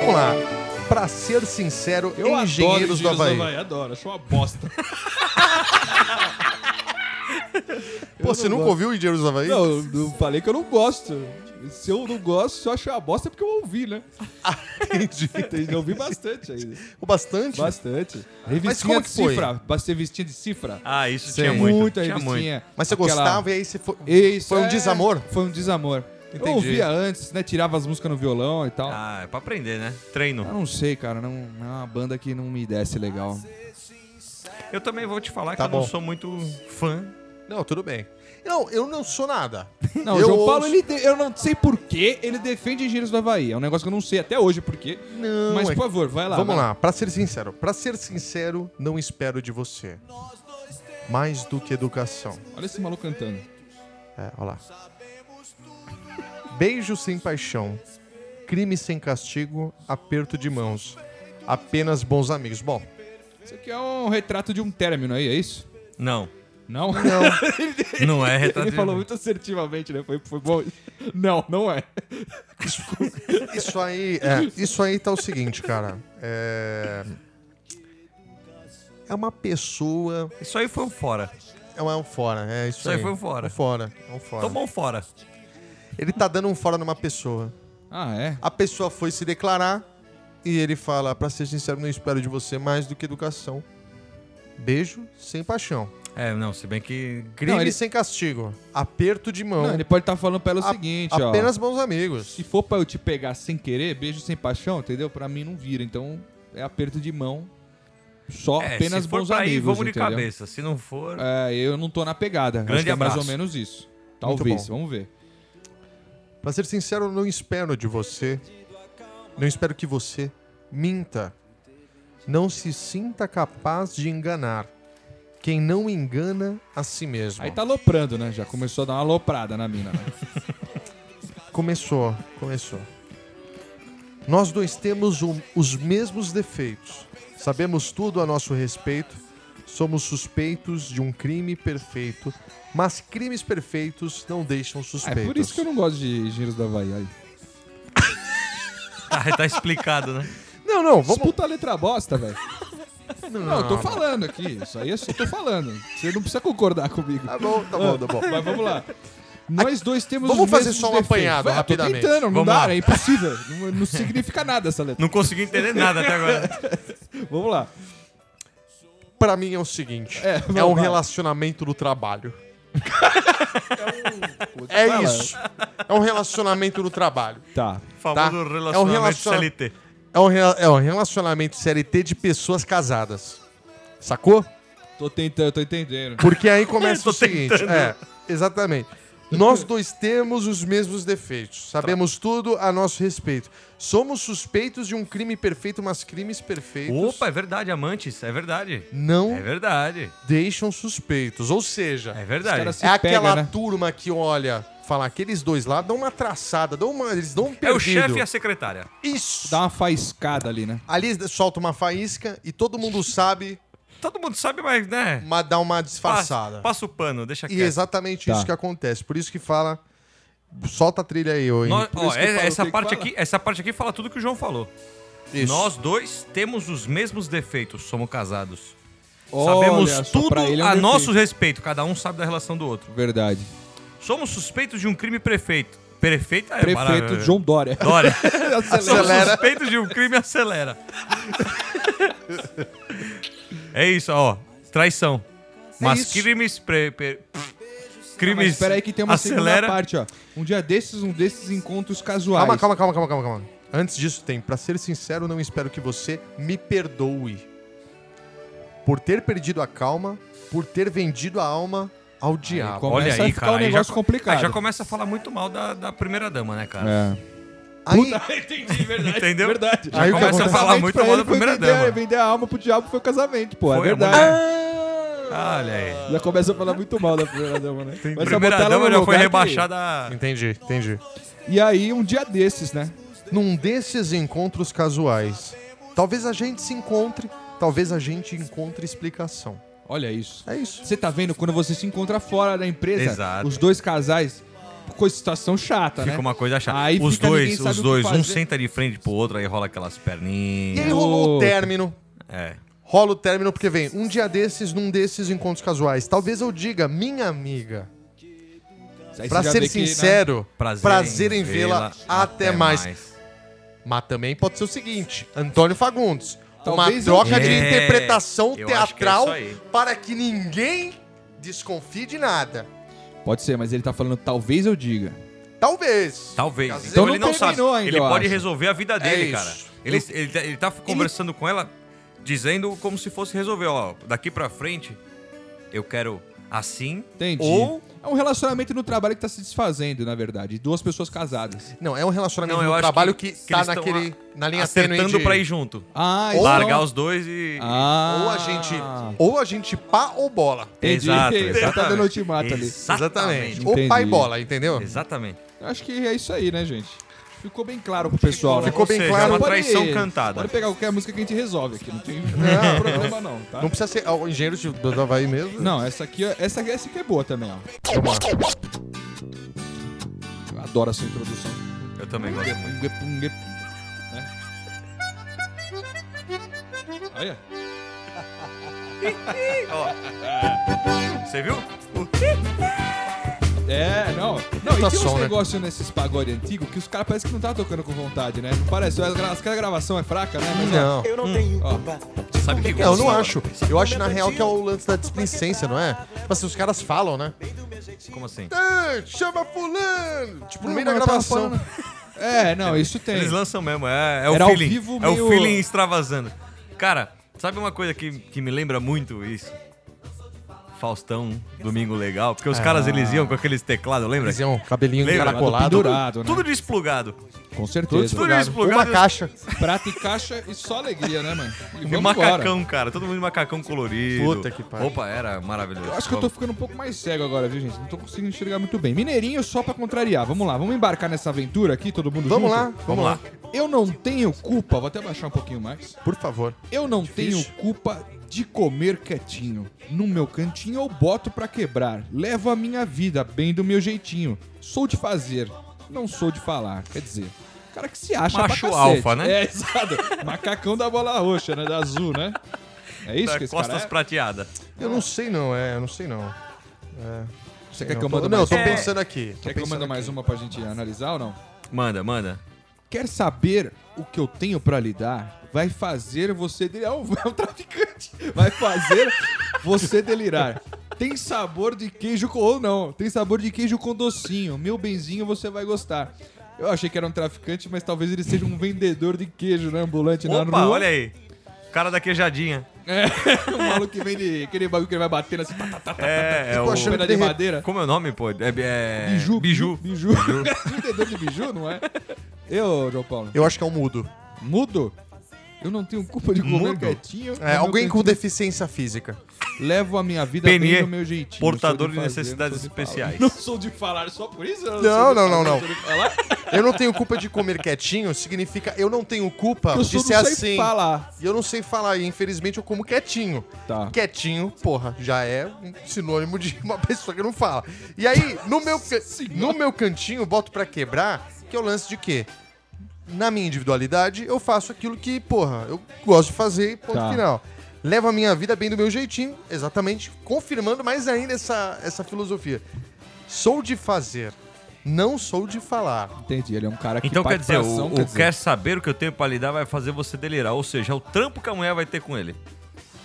A: Vamos lá. Pra ser sincero,
B: Eu adoro
A: Engenheiros do Havaí.
B: Adoro, acho uma bosta.
A: Pô, você nunca ouviu Engenheiros do Havaí? *laughs*
B: não, eu não falei que eu não gosto. Se eu não gosto, se eu acho uma bosta é porque eu ouvi, né?
A: Entendi.
B: Entendi, Eu ouvi
A: *laughs*
B: bastante ainda.
A: O bastante?
B: Bastante.
A: Mas
B: Revistinha
A: como
B: de
A: que foi?
B: cifra. Basta revistinha de cifra.
C: Ah, isso
A: Sim.
C: tinha muito.
B: Muita
C: tinha muito.
B: revistinha.
A: Mas você
B: Aquela-
A: gostava e aí você foi...
B: Isso,
A: Foi um
B: é,
A: desamor?
B: Foi um desamor.
A: Entendi.
B: Eu ouvia antes, né? Tirava as músicas no violão e tal.
C: Ah, é pra aprender, né?
B: Eu
C: Treino.
B: não sei, cara. Não, não é uma banda que não me desce legal.
C: Eu também vou te
A: Tá
C: falar que eu
A: bom.
C: não sou muito fã.
A: Não, tudo bem. Não, eu não sou nada.
B: Não, o
A: eu
B: João Paulo,
A: ouço-
B: ele de- eu não sei por que ele defende Engenheiros do Havaí. É um negócio que eu não sei até hoje por quê.
A: Não,
B: Mas,
A: é-
B: por favor, vai lá.
A: Vamos
B: vai
A: lá, pra ser sincero, pra ser sincero, não espero de você mais do que educação.
B: Olha esse maluco cantando.
A: É, olha lá. Beijo sem paixão, crime sem castigo, aperto de mãos, apenas bons amigos. Bom,
B: Isso aqui é um retrato de um término aí, é isso? *laughs*
C: Não,
B: Não?
C: não é retrato
B: Ele
C: de-
B: falou muito assertivamente, né? Foi, foi bom. Não, não é.
A: Isso aí, é, isso aí tá o seguinte, cara. É... é uma pessoa.
C: Isso aí foi um fora.
A: É um é um fora, é isso,
C: Isso aí foi um fora.
A: Um fora, um fora.
C: Tomou um fora.
A: Ele tá dando um fora numa pessoa.
B: Ah, é?
A: A pessoa foi se declarar e ele fala: pra ser sincero, não espero de você mais do que educação. Beijo sem paixão.
C: É, não, se bem que.
A: Crime
B: ele-
A: sem castigo. Aperto de mão.
B: Não, ele pode estar falando pra ela o
A: A-
B: seguinte, ó.
A: apenas bons amigos.
B: Se for pra eu te pegar sem querer, beijo sem paixão, entendeu? Pra mim não vira. Então é aperto de mão. Só
C: É,
B: apenas
C: se for
B: bons
C: pra ir,
B: amigos,
C: vamos de
B: entendeu?
C: cabeça. Se não for.
B: É, eu não tô na pegada.
C: Grande
B: Acho que é mais
C: abraço.
B: ou menos isso.
A: bom.
B: Talvez, vamos ver.
A: Pra ser sincero, não espero de você. Não espero que você minta. Não se sinta capaz de enganar. Quem não engana a si mesmo.
B: Aí tá aloprando, né? Já começou a dar uma aloprada na
C: *laughs*
B: mina. né?
A: Começou, começou. Nós dois temos um- os mesmos defeitos. Sabemos tudo a nosso respeito. Somos suspeitos de um crime perfeito. Mas crimes perfeitos não deixam
B: Ah,
A: suspeitos.
B: é por isso que eu não gosto de engenheiros da Havaí. Aí.
C: Ah,
B: É.
C: *laughs* tá explicado, né?
A: não... não, vamos.
B: Disputa a letra bosta, velho.
A: Não,
B: Não, eu tô falando aqui. Isso aí eu só tô falando. Você não precisa concordar comigo.
A: Tá bom, tá bom, tá bom.
B: Mas vamos lá. Nós dois temos
A: Vamos
B: os
A: fazer
B: mesmos
A: só um
B: defeitos.
A: apanhado,
B: Vai, eu
A: rapidamente.
B: Tô tentando, não
C: Vamos
B: dá,
C: lá.
B: é impossível. não, não significa nada essa letra.
C: Não consegui entender nada
B: *laughs*
C: até
B: Tá.
C: agora.
B: Vamos lá.
A: Pra mim é o seguinte:
B: É,
A: é,
B: vamos
A: um
B: lá.
A: relacionamento do trabalho. É
B: Fala.
A: isso. É um relacionamento do trabalho.
B: Tá.
C: O famoso
A: É um
C: relacionamento
A: relaciona-
C: CLT.
A: É um, rela- é um relacionamento CLT de pessoas casadas. Sacou?
B: Tô tentando, tô entendendo.
A: Porque
C: *laughs*
A: aí começa
C: Tô
A: o seguinte.
C: tentando.
A: É, exatamente. Nós dois temos os mesmos defeitos. Sabemos
C: Tá.
A: tudo a nosso respeito. Somos suspeitos de um crime perfeito, mas crimes perfeitos
C: Opa, é verdade, amantes, é verdade.
A: não
C: É verdade,
A: deixam suspeitos. Ou seja,
C: é
B: Os caras
C: verdade.
B: se
A: é
B: pega,
A: aquela
B: né?
A: turma que olha, fala aqueles dois lá, dão uma traçada, dão uma, eles dão um
C: É
A: perdido.
C: o chefe e a secretária.
A: Isso.
B: Dá uma faiscada ali, né?
A: Ali eles soltam uma faísca e todo mundo sabe,
C: Todo mundo sabe, mas, né?
A: mas dá uma
C: Passa,
A: disfarçada.
C: passa o pano, deixa
A: E
C: quieto.
A: é exatamente
B: Tá.
A: isso que acontece. Por isso que fala... Solta a trilha aí, ô
C: Nó-
A: Henrique.
B: por
C: ó,
B: isso que eu
C: é-
B: falo, tem
C: essa,
B: que
C: parte
B: falar.
C: aqui, essa parte aqui fala tudo que o João falou.
A: Isso.
C: Nós dois temos os mesmos defeitos, somos casados.
B: Olha
C: Sabemos
B: só,
C: tudo
B: pra ele é um
C: a
B: defeito.
C: nosso respeito, cada um sabe da relação do outro.
B: Verdade.
C: Somos suspeitos de um crime prefeito. Prefeito é
B: Prefeito um-
C: maravilha.
B: João Dória. *laughs*
C: Dória. Somos
A: Acelera.
C: suspeitos de um crime acelera. *laughs* é isso, ó. Traição. Mas
A: isso.
C: crimes. Pre, pre- crimes.
B: É Mas espera aí que tem uma segunda
C: acelera.
B: parte, ó. Um dia desses, um desses encontros casuais.
A: Calma, calma, calma, calma, calma, calma. Antes disso tem, pra ser sincero, não espero que você me perdoe por ter perdido a calma, por ter vendido a alma ao diabo.
B: como-
C: Olha
B: Começa a
C: aí,
B: ficar
C: cara.
B: um
C: aí já
B: negócio
C: co-
B: complicado.
C: aí já começa a falar muito mal da, da primeira dama, né, cara?
B: É.
A: Aí,
B: Entendi, verdade.
C: Entendeu?
B: É. Verdade.
C: Já
A: Aí o que
C: começa a
A: acontece?
C: falar
B: Casamento
C: muito
B: pra
C: mal
B: ele
C: da
B: foi
C: primeira
B: vender,
C: dama.
B: Vender a alma pro diabo foi o casamento, pô.
C: Foi,
B: é
C: a
B: verdade. Ah!
C: Olha aí.
B: Já começa a falar muito mal da primeira dama, né?
C: A
B: Mas já
C: primeira
B: botar ela
C: dama
B: num
C: já
B: lugar
C: foi
B: que-
C: rebaixada.
A: *laughs* Entendi, entendi.
B: E aí, um dia desses, né?
A: Num desses encontros casuais, talvez a gente se encontre, talvez a gente encontre explicação.
B: Olha isso.
A: É isso.
B: Você tá vendo? Quando você se encontra fora da empresa,
C: Exato.
B: os dois casais, coisa, situação chata, né?
C: Fica uma coisa chata.
B: Aí
C: os
B: fica, ninguém
C: dois,
B: sabe o
C: os
B: que
C: dois, um
B: fazer.
C: senta de frente pro outro, aí rola aquelas
A: E aí
C: perninhas.
A: rolou o
B: Puta.
A: término.
C: É.
A: Rola o término porque vem um dia desses, num desses encontros casuais. Talvez eu diga, minha amiga,
B: Aí
A: pra
B: você já
A: ser
B: vê que, né,
A: sincero,
C: Prazer,
A: em vê-la até, mais. Mas também pode ser o seguinte: Antônio Fagundes.
B: Talvez eu-
A: uma troca de
C: É,
A: interpretação
C: eu acho que é
A: teatral
C: isso aí.
A: para que ninguém desconfie de nada.
B: Pode ser, mas ele tá falando, talvez eu diga.
A: Talvez.
C: Talvez.
A: Às vezes
C: Então,
B: não
C: ele não sabe.
B: terminou ainda,
C: ele
B: eu
C: pode
B: acho.
C: resolver a vida dele,
A: isso.
C: cara. Ele, ele, tá- ele tá conversando com ela, dizendo como se fosse resolver, ó, daqui pra frente, eu quero assim.
B: Entendi.
C: Ou.
B: É um relacionamento no trabalho que tá se desfazendo, na verdade. Duas pessoas casadas.
A: Não, é um relacionamento
C: Não, eu
A: no
C: acho
A: trabalho
C: que-
A: que,
C: que
A: tá
C: eles tão
A: naquele, na linha tênue
C: Acertando
A: de-
C: pra ir junto.
B: Ah,
A: Ou-
B: então-
C: Largar os dois e.
B: Ah.
A: Ou a gente, ou a gente pá ou bola.
B: Entendi.
C: Exato.
B: Já tá dando
C: exatamente.
B: ultimato ali.
A: Exatamente.
C: Exatamente.
A: Ou pá e
B: Entendi.
A: bola, entendeu?
C: Exatamente.
B: Acho que é isso aí, né, gente? Ficou bem claro pro pessoal, né?
A: Ficou bem
E: seja,
A: claro.
E: é uma
B: Pode-
E: traição cantada.
B: Pode pegar qualquer música que a gente resolve aqui, não tem
A: Não,
B: problema não, tá?
A: Não precisa ser ah, o engenheiro de- do Havaí mesmo?
B: Não, essa aqui, ó, essa, essa aqui é boa também, ó.
A: Vamos lá.
B: Eu adoro essa introdução. Né?
C: Eu também gosto muito.
B: Olha.
C: Você viu?
B: É, não. Não,
A: Tá
B: e tem
A: som,
B: uns
A: né?
B: negócios nesses pagode antigo que os caras parecem que não tá tocando com vontade, né? Não parece. As gra- As que a gravação é fraca, né? Mas, ó,
A: Não.
F: Eu não tenho
B: Ó.
F: culpa.
C: Sabe o que
A: Não, eu não
C: gostava?
A: acho. Eu acho, na real, que é o lance da displicência, não é? Mas assim, os caras falam, né?
C: Como assim?
A: "Ah, chama fulano! Tipo, no
B: Não,
A: meio da
B: mas eu tava
A: gravação.
B: falando- É, não, isso tem.
C: Eles lançam mesmo, é, é o
B: Era ao
C: feeling.
B: vivo
C: É
B: meio-
C: o feeling extravasando. Cara, sabe uma coisa que, que me lembra muito isso? Faustão, Domingo Legal. Porque
B: Ah.
C: os caras, eles iam com aqueles teclados, lembra?
A: Eles iam cabelinho
C: Lembra?
A: encaracolado.
B: pendurado, né?
C: Tudo desplugado.
B: Com certeza.
C: Tudo desplugado.
A: Uma caixa.
B: Prata e caixa e só alegria, né, mano? E
C: E
B: vamos
C: Tipo, macacão,
B: embora.
C: cara. Todo mundo de macacão colorido.
A: Puta que pariu.
C: Opa, era maravilhoso.
B: Eu acho que eu tô ficando um pouco mais cego agora, viu, gente? Não tô conseguindo enxergar muito bem. Mineirinho, só pra contrariar. Vamos lá, vamos embarcar nessa aventura aqui, todo mundo
A: Vamos
B: junto?
A: lá, vamos lá.
B: Eu não tenho culpa, vou até baixar um pouquinho mais.
A: Por favor.
B: Eu não tenho culpa de comer quietinho. No meu cantinho eu boto pra quebrar. Levo a minha vida bem do meu jeitinho. Sou de fazer, não sou de falar. Quer dizer, cara que se acha
C: Macho
B: pra cacete.
C: alfa, né?
B: É, *laughs* exato. Macacão da bola roxa, né? Da azul, né? É isso
C: Da
B: que esse
C: Costas
B: cara é?
C: prateadas.
A: Eu não sei não, é, eu não sei não.
B: Você quer que
A: não,
B: eu mande
A: não, eu
B: mais
A: tô
B: uma?
A: pensando aqui. tô
B: Quer que eu
A: pensando
B: mande mais um?
A: aqui.
B: uma pra gente analisar ou não?
C: Manda, manda.
B: Quer saber o que eu tenho pra lhe dar? Vai fazer você delirar. É um, *laughs* é um traficante. Vai fazer você delirar. Tem sabor de queijo com. Ou não. Tem sabor de queijo com docinho. Meu benzinho, você vai gostar. Eu achei que era um traficante, mas talvez ele seja um vendedor de queijo, né? Ambulante na
C: Opa,
B: rua.
C: olha aí. Cara da queijadinha.
B: É, *laughs* um maluco que vende aquele bagulho que ele vai batendo assim, tá, tá, tá, *laughs*
C: É, é
A: Tô
C: o...
A: achando
B: pedra
A: que
B: de
A: de re-
B: madeira.
C: Como é o nome, pô? É, é...
B: Biju.
C: Biju.
B: Biju. *laughs* Vendedor de biju, não é? Eu, João Paulo.
A: Eu acho que é um mudo.
B: Mudo? Eu não tenho culpa de comer
C: Mudo?
B: quietinho. no
A: É,
B: meu
A: alguém com
B: cantinho.
A: deficiência física.
B: Levo a minha vida
C: Penier,
B: bem do meu jeitinho.
C: portador
B: Sou
C: de
B: fazer,
C: necessidades
B: não sou de falar.
C: especiais.
B: Não sou de falar só por isso? eu
A: Não,
B: sou de
A: não, não,
B: falar,
A: não.
B: sou de falar.
A: Eu não tenho culpa de comer quietinho, significa eu não tenho culpa
B: Eu
A: de
B: sou
C: é
A: ser
B: não sei
A: assim.
B: falar.
A: E eu não sei falar, e infelizmente eu como quietinho.
B: Tá.
A: Quietinho, porra, já é um sinônimo de uma *laughs* pessoa que não fala. E aí, no meu,
B: *laughs*
A: ca- no meu cantinho, boto pra quebrar, que é o lance de quê? Na minha individualidade, eu faço aquilo que, porra, eu gosto de fazer, e ponto
B: Tá.
A: final. Levo a minha vida bem do meu jeitinho, exatamente, confirmando mais ainda essa, essa filosofia. Sou de fazer, não sou de falar.
B: Entendi, ele é um cara que
C: Então quer
B: parte
C: dizer,
B: pra
C: o,
B: ação,
C: o quer saber o que eu tenho pra lidar vai fazer você delirar. Ou seja, é o trampo que a mulher vai ter com ele.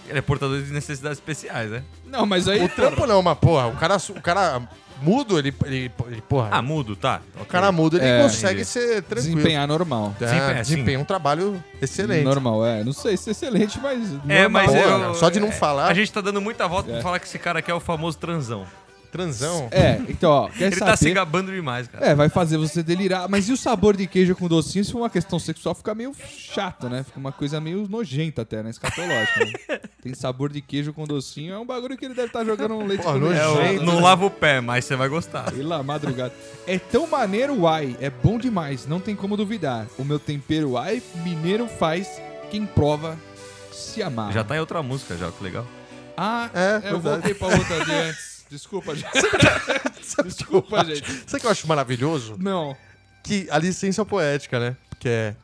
C: Ele é portador de necessidades especiais, né?
B: Não, mas aí...
A: O trampo não, mas porra, o cara, o cara mudo, ele, ele, ele porra.
C: Ah, mudo, tá.
A: É. o cara mudo, ele
B: É,
A: consegue
C: entendi.
A: ser tranquilo.
B: Desempenhar normal.
A: É,
C: Desempenha, sim.
A: desempenha um trabalho excelente.
B: Normal, é. Não sei se é excelente, mas...
C: É,
B: normal.
C: mas
A: Pô,
C: eu-
A: cara, só de não
C: é,
A: falar.
C: A gente tá dando muita volta pra falar que esse cara aqui é o famoso transão.
A: Transão.
B: É, então, ó, quer
C: ele
B: saber...
C: tá se gabando demais, cara.
B: É, vai fazer você delirar. Mas e o sabor de queijo com docinho? Se for uma questão sexual, fica meio chato, né? Fica uma coisa meio nojenta até, né? Escatológica. né? Tem sabor de queijo com docinho. É um bagulho que ele deve estar jogando um leite
A: Pô,
B: condensado.
C: É o-
A: Gente,
C: não
A: né?
C: lava o pé, mas você vai gostar.
B: Pela madrugada. É tão maneiro, uai. É bom demais, não tem como duvidar. O meu tempero, uai, mineiro faz. Quem prova, se amar.
C: Já tá em outra música já, que legal.
B: Ah,
A: É, verdade.
B: eu voltei pra outra de
A: *laughs*
B: antes. Desculpa, gente. Desculpa, gente.
A: *laughs* Sabe o que eu acho maravilhoso?
B: Não.
A: Que a licença poética, né? Porque é.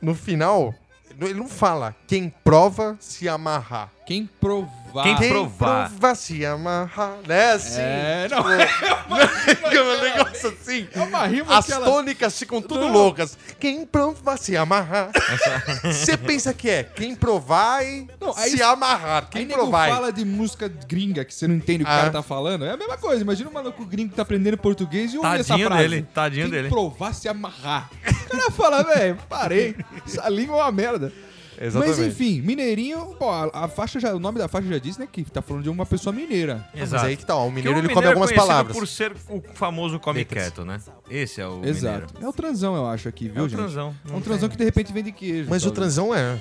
A: No final, ele não fala quem prova se amarrar.
B: Quem provar...
C: Quem
A: Quem
C: provar.
A: prova se amarrar. Né? Assim. *laughs*
B: É, não.
A: É um negócio assim.
B: É uma rima
A: As
B: que ela...
A: tônicas ficam tudo
B: Não.
A: loucas. Quem prova se
B: *laughs*
A: amarrar. Você pensa que é quem provar e
B: Não, aí-
A: se amarrar. Quem
B: Aí nego
A: provar.
B: fala de música gringa que você não entende o que o
A: Ah.
B: cara tá falando. É a mesma coisa. Imagina um maluco gringo que tá aprendendo português e ouve essa
C: Tadinho
B: frase.
C: dele, tadinho
B: Tem que
C: dele.
B: provar se amarrar. O cara fala, velho, parei. Essa língua é uma merda.
A: Exatamente.
B: Mas enfim, mineirinho, bom, a, a faixa já, o nome da faixa já diz, né, que tá falando de uma pessoa mineira.
A: Mas aí que tá, ó, o
C: Porque
A: mineiro
C: o
A: ele come
C: mineiro é
A: algumas
C: conhecido
A: palavras.
C: por ser o famoso come quieto, né? Esse é o
B: Exato.
C: mineiro.
B: É o transão, eu acho, aqui, viu,
C: É o
B: gente?
C: transão. né?
B: É um transão que de repente vende queijo.
A: Mas o
B: talvez.
A: transão é.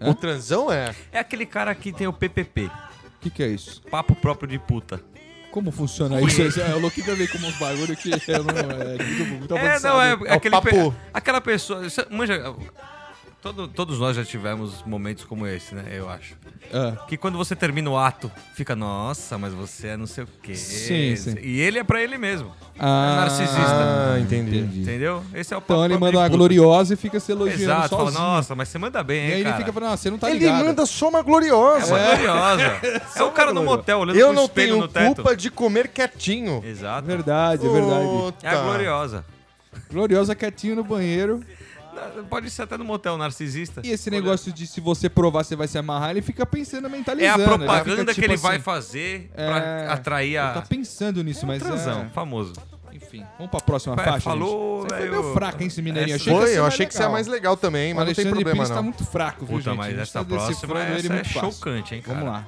B: Hã?
A: O transão é.
C: É aquele cara que tem o PPP.
B: O que, que é isso?
C: Papo próprio de puta.
B: Como funciona isso? É, o Louquinho veio com uns bagulho que eu não, é *laughs* muito, muito
C: É,
B: avançado.
C: não, é,
A: o
C: aquele pe-
A: papo.
C: aquela pessoa. você- Manja, todo- todos nós já tivemos momentos como esse, né? Eu acho.
B: Ah,
C: Que quando você termina o ato, fica, nossa, mas você é não sei o quê.
B: Sim, sim.
C: E ele é pra ele mesmo.
B: Ah,
C: é narcisista.
A: Ah, entendi.
C: Entendeu? Esse é o papo.
B: Então ele
C: papo de
B: manda uma
C: puto.
B: gloriosa e fica se elogiando
C: Exato, fala,
B: sozinho.
C: nossa, mas você manda bem,
B: e aí
C: hein,
B: ele
C: cara.
B: fica falando, assim, ah, você não tá
A: Ele
B: ligado.
A: manda só uma gloriosa.
C: Uma
B: *laughs*
C: gloriosa. É o cara no motel olhando
A: Eu
C: pro
A: não
C: espelho
A: tenho
C: no teto.
A: culpa de comer quietinho.
C: Exato.
B: Verdade, é verdade.
A: Puta.
C: É a gloriosa.
B: Gloriosa quietinho no banheiro.
C: Na- Pode ser até no motel narcisista.
B: E esse
C: Olha,
B: negócio de se você provar, você vai se amarrar, né? ele fica pensando,
C: É a
B: mentalizando.
C: propaganda
B: fica,
C: que
B: tipo
C: ele
B: assim,
C: vai fazer
B: é,
C: pra atrair
B: Tá
C: a É um
B: pensando nisso, mas...
C: transão. Famoso.
B: é, enfim, vamos pra próxima
C: Vai,
B: faixa,
C: falou,
B: gente. Isso aí Foi
C: velho.
B: meio fraco, hein, esse mineirinho.
C: Essa-
B: Achei que ia
A: Foi,
B: ser
A: eu
B: mais
A: achei que você é
B: legal.
A: mais legal também,
B: O
A: mas não tem
B: Alexandre
A: problema
B: Pires tá
A: não.
B: muito fraco, viu,
C: Puta,
B: gente?
C: mas
B: A gente
C: essa
B: tá
C: próxima
B: decifrando ele
C: essa é
B: muito fácil.
C: chocante, hein, cara.
B: Vamos lá.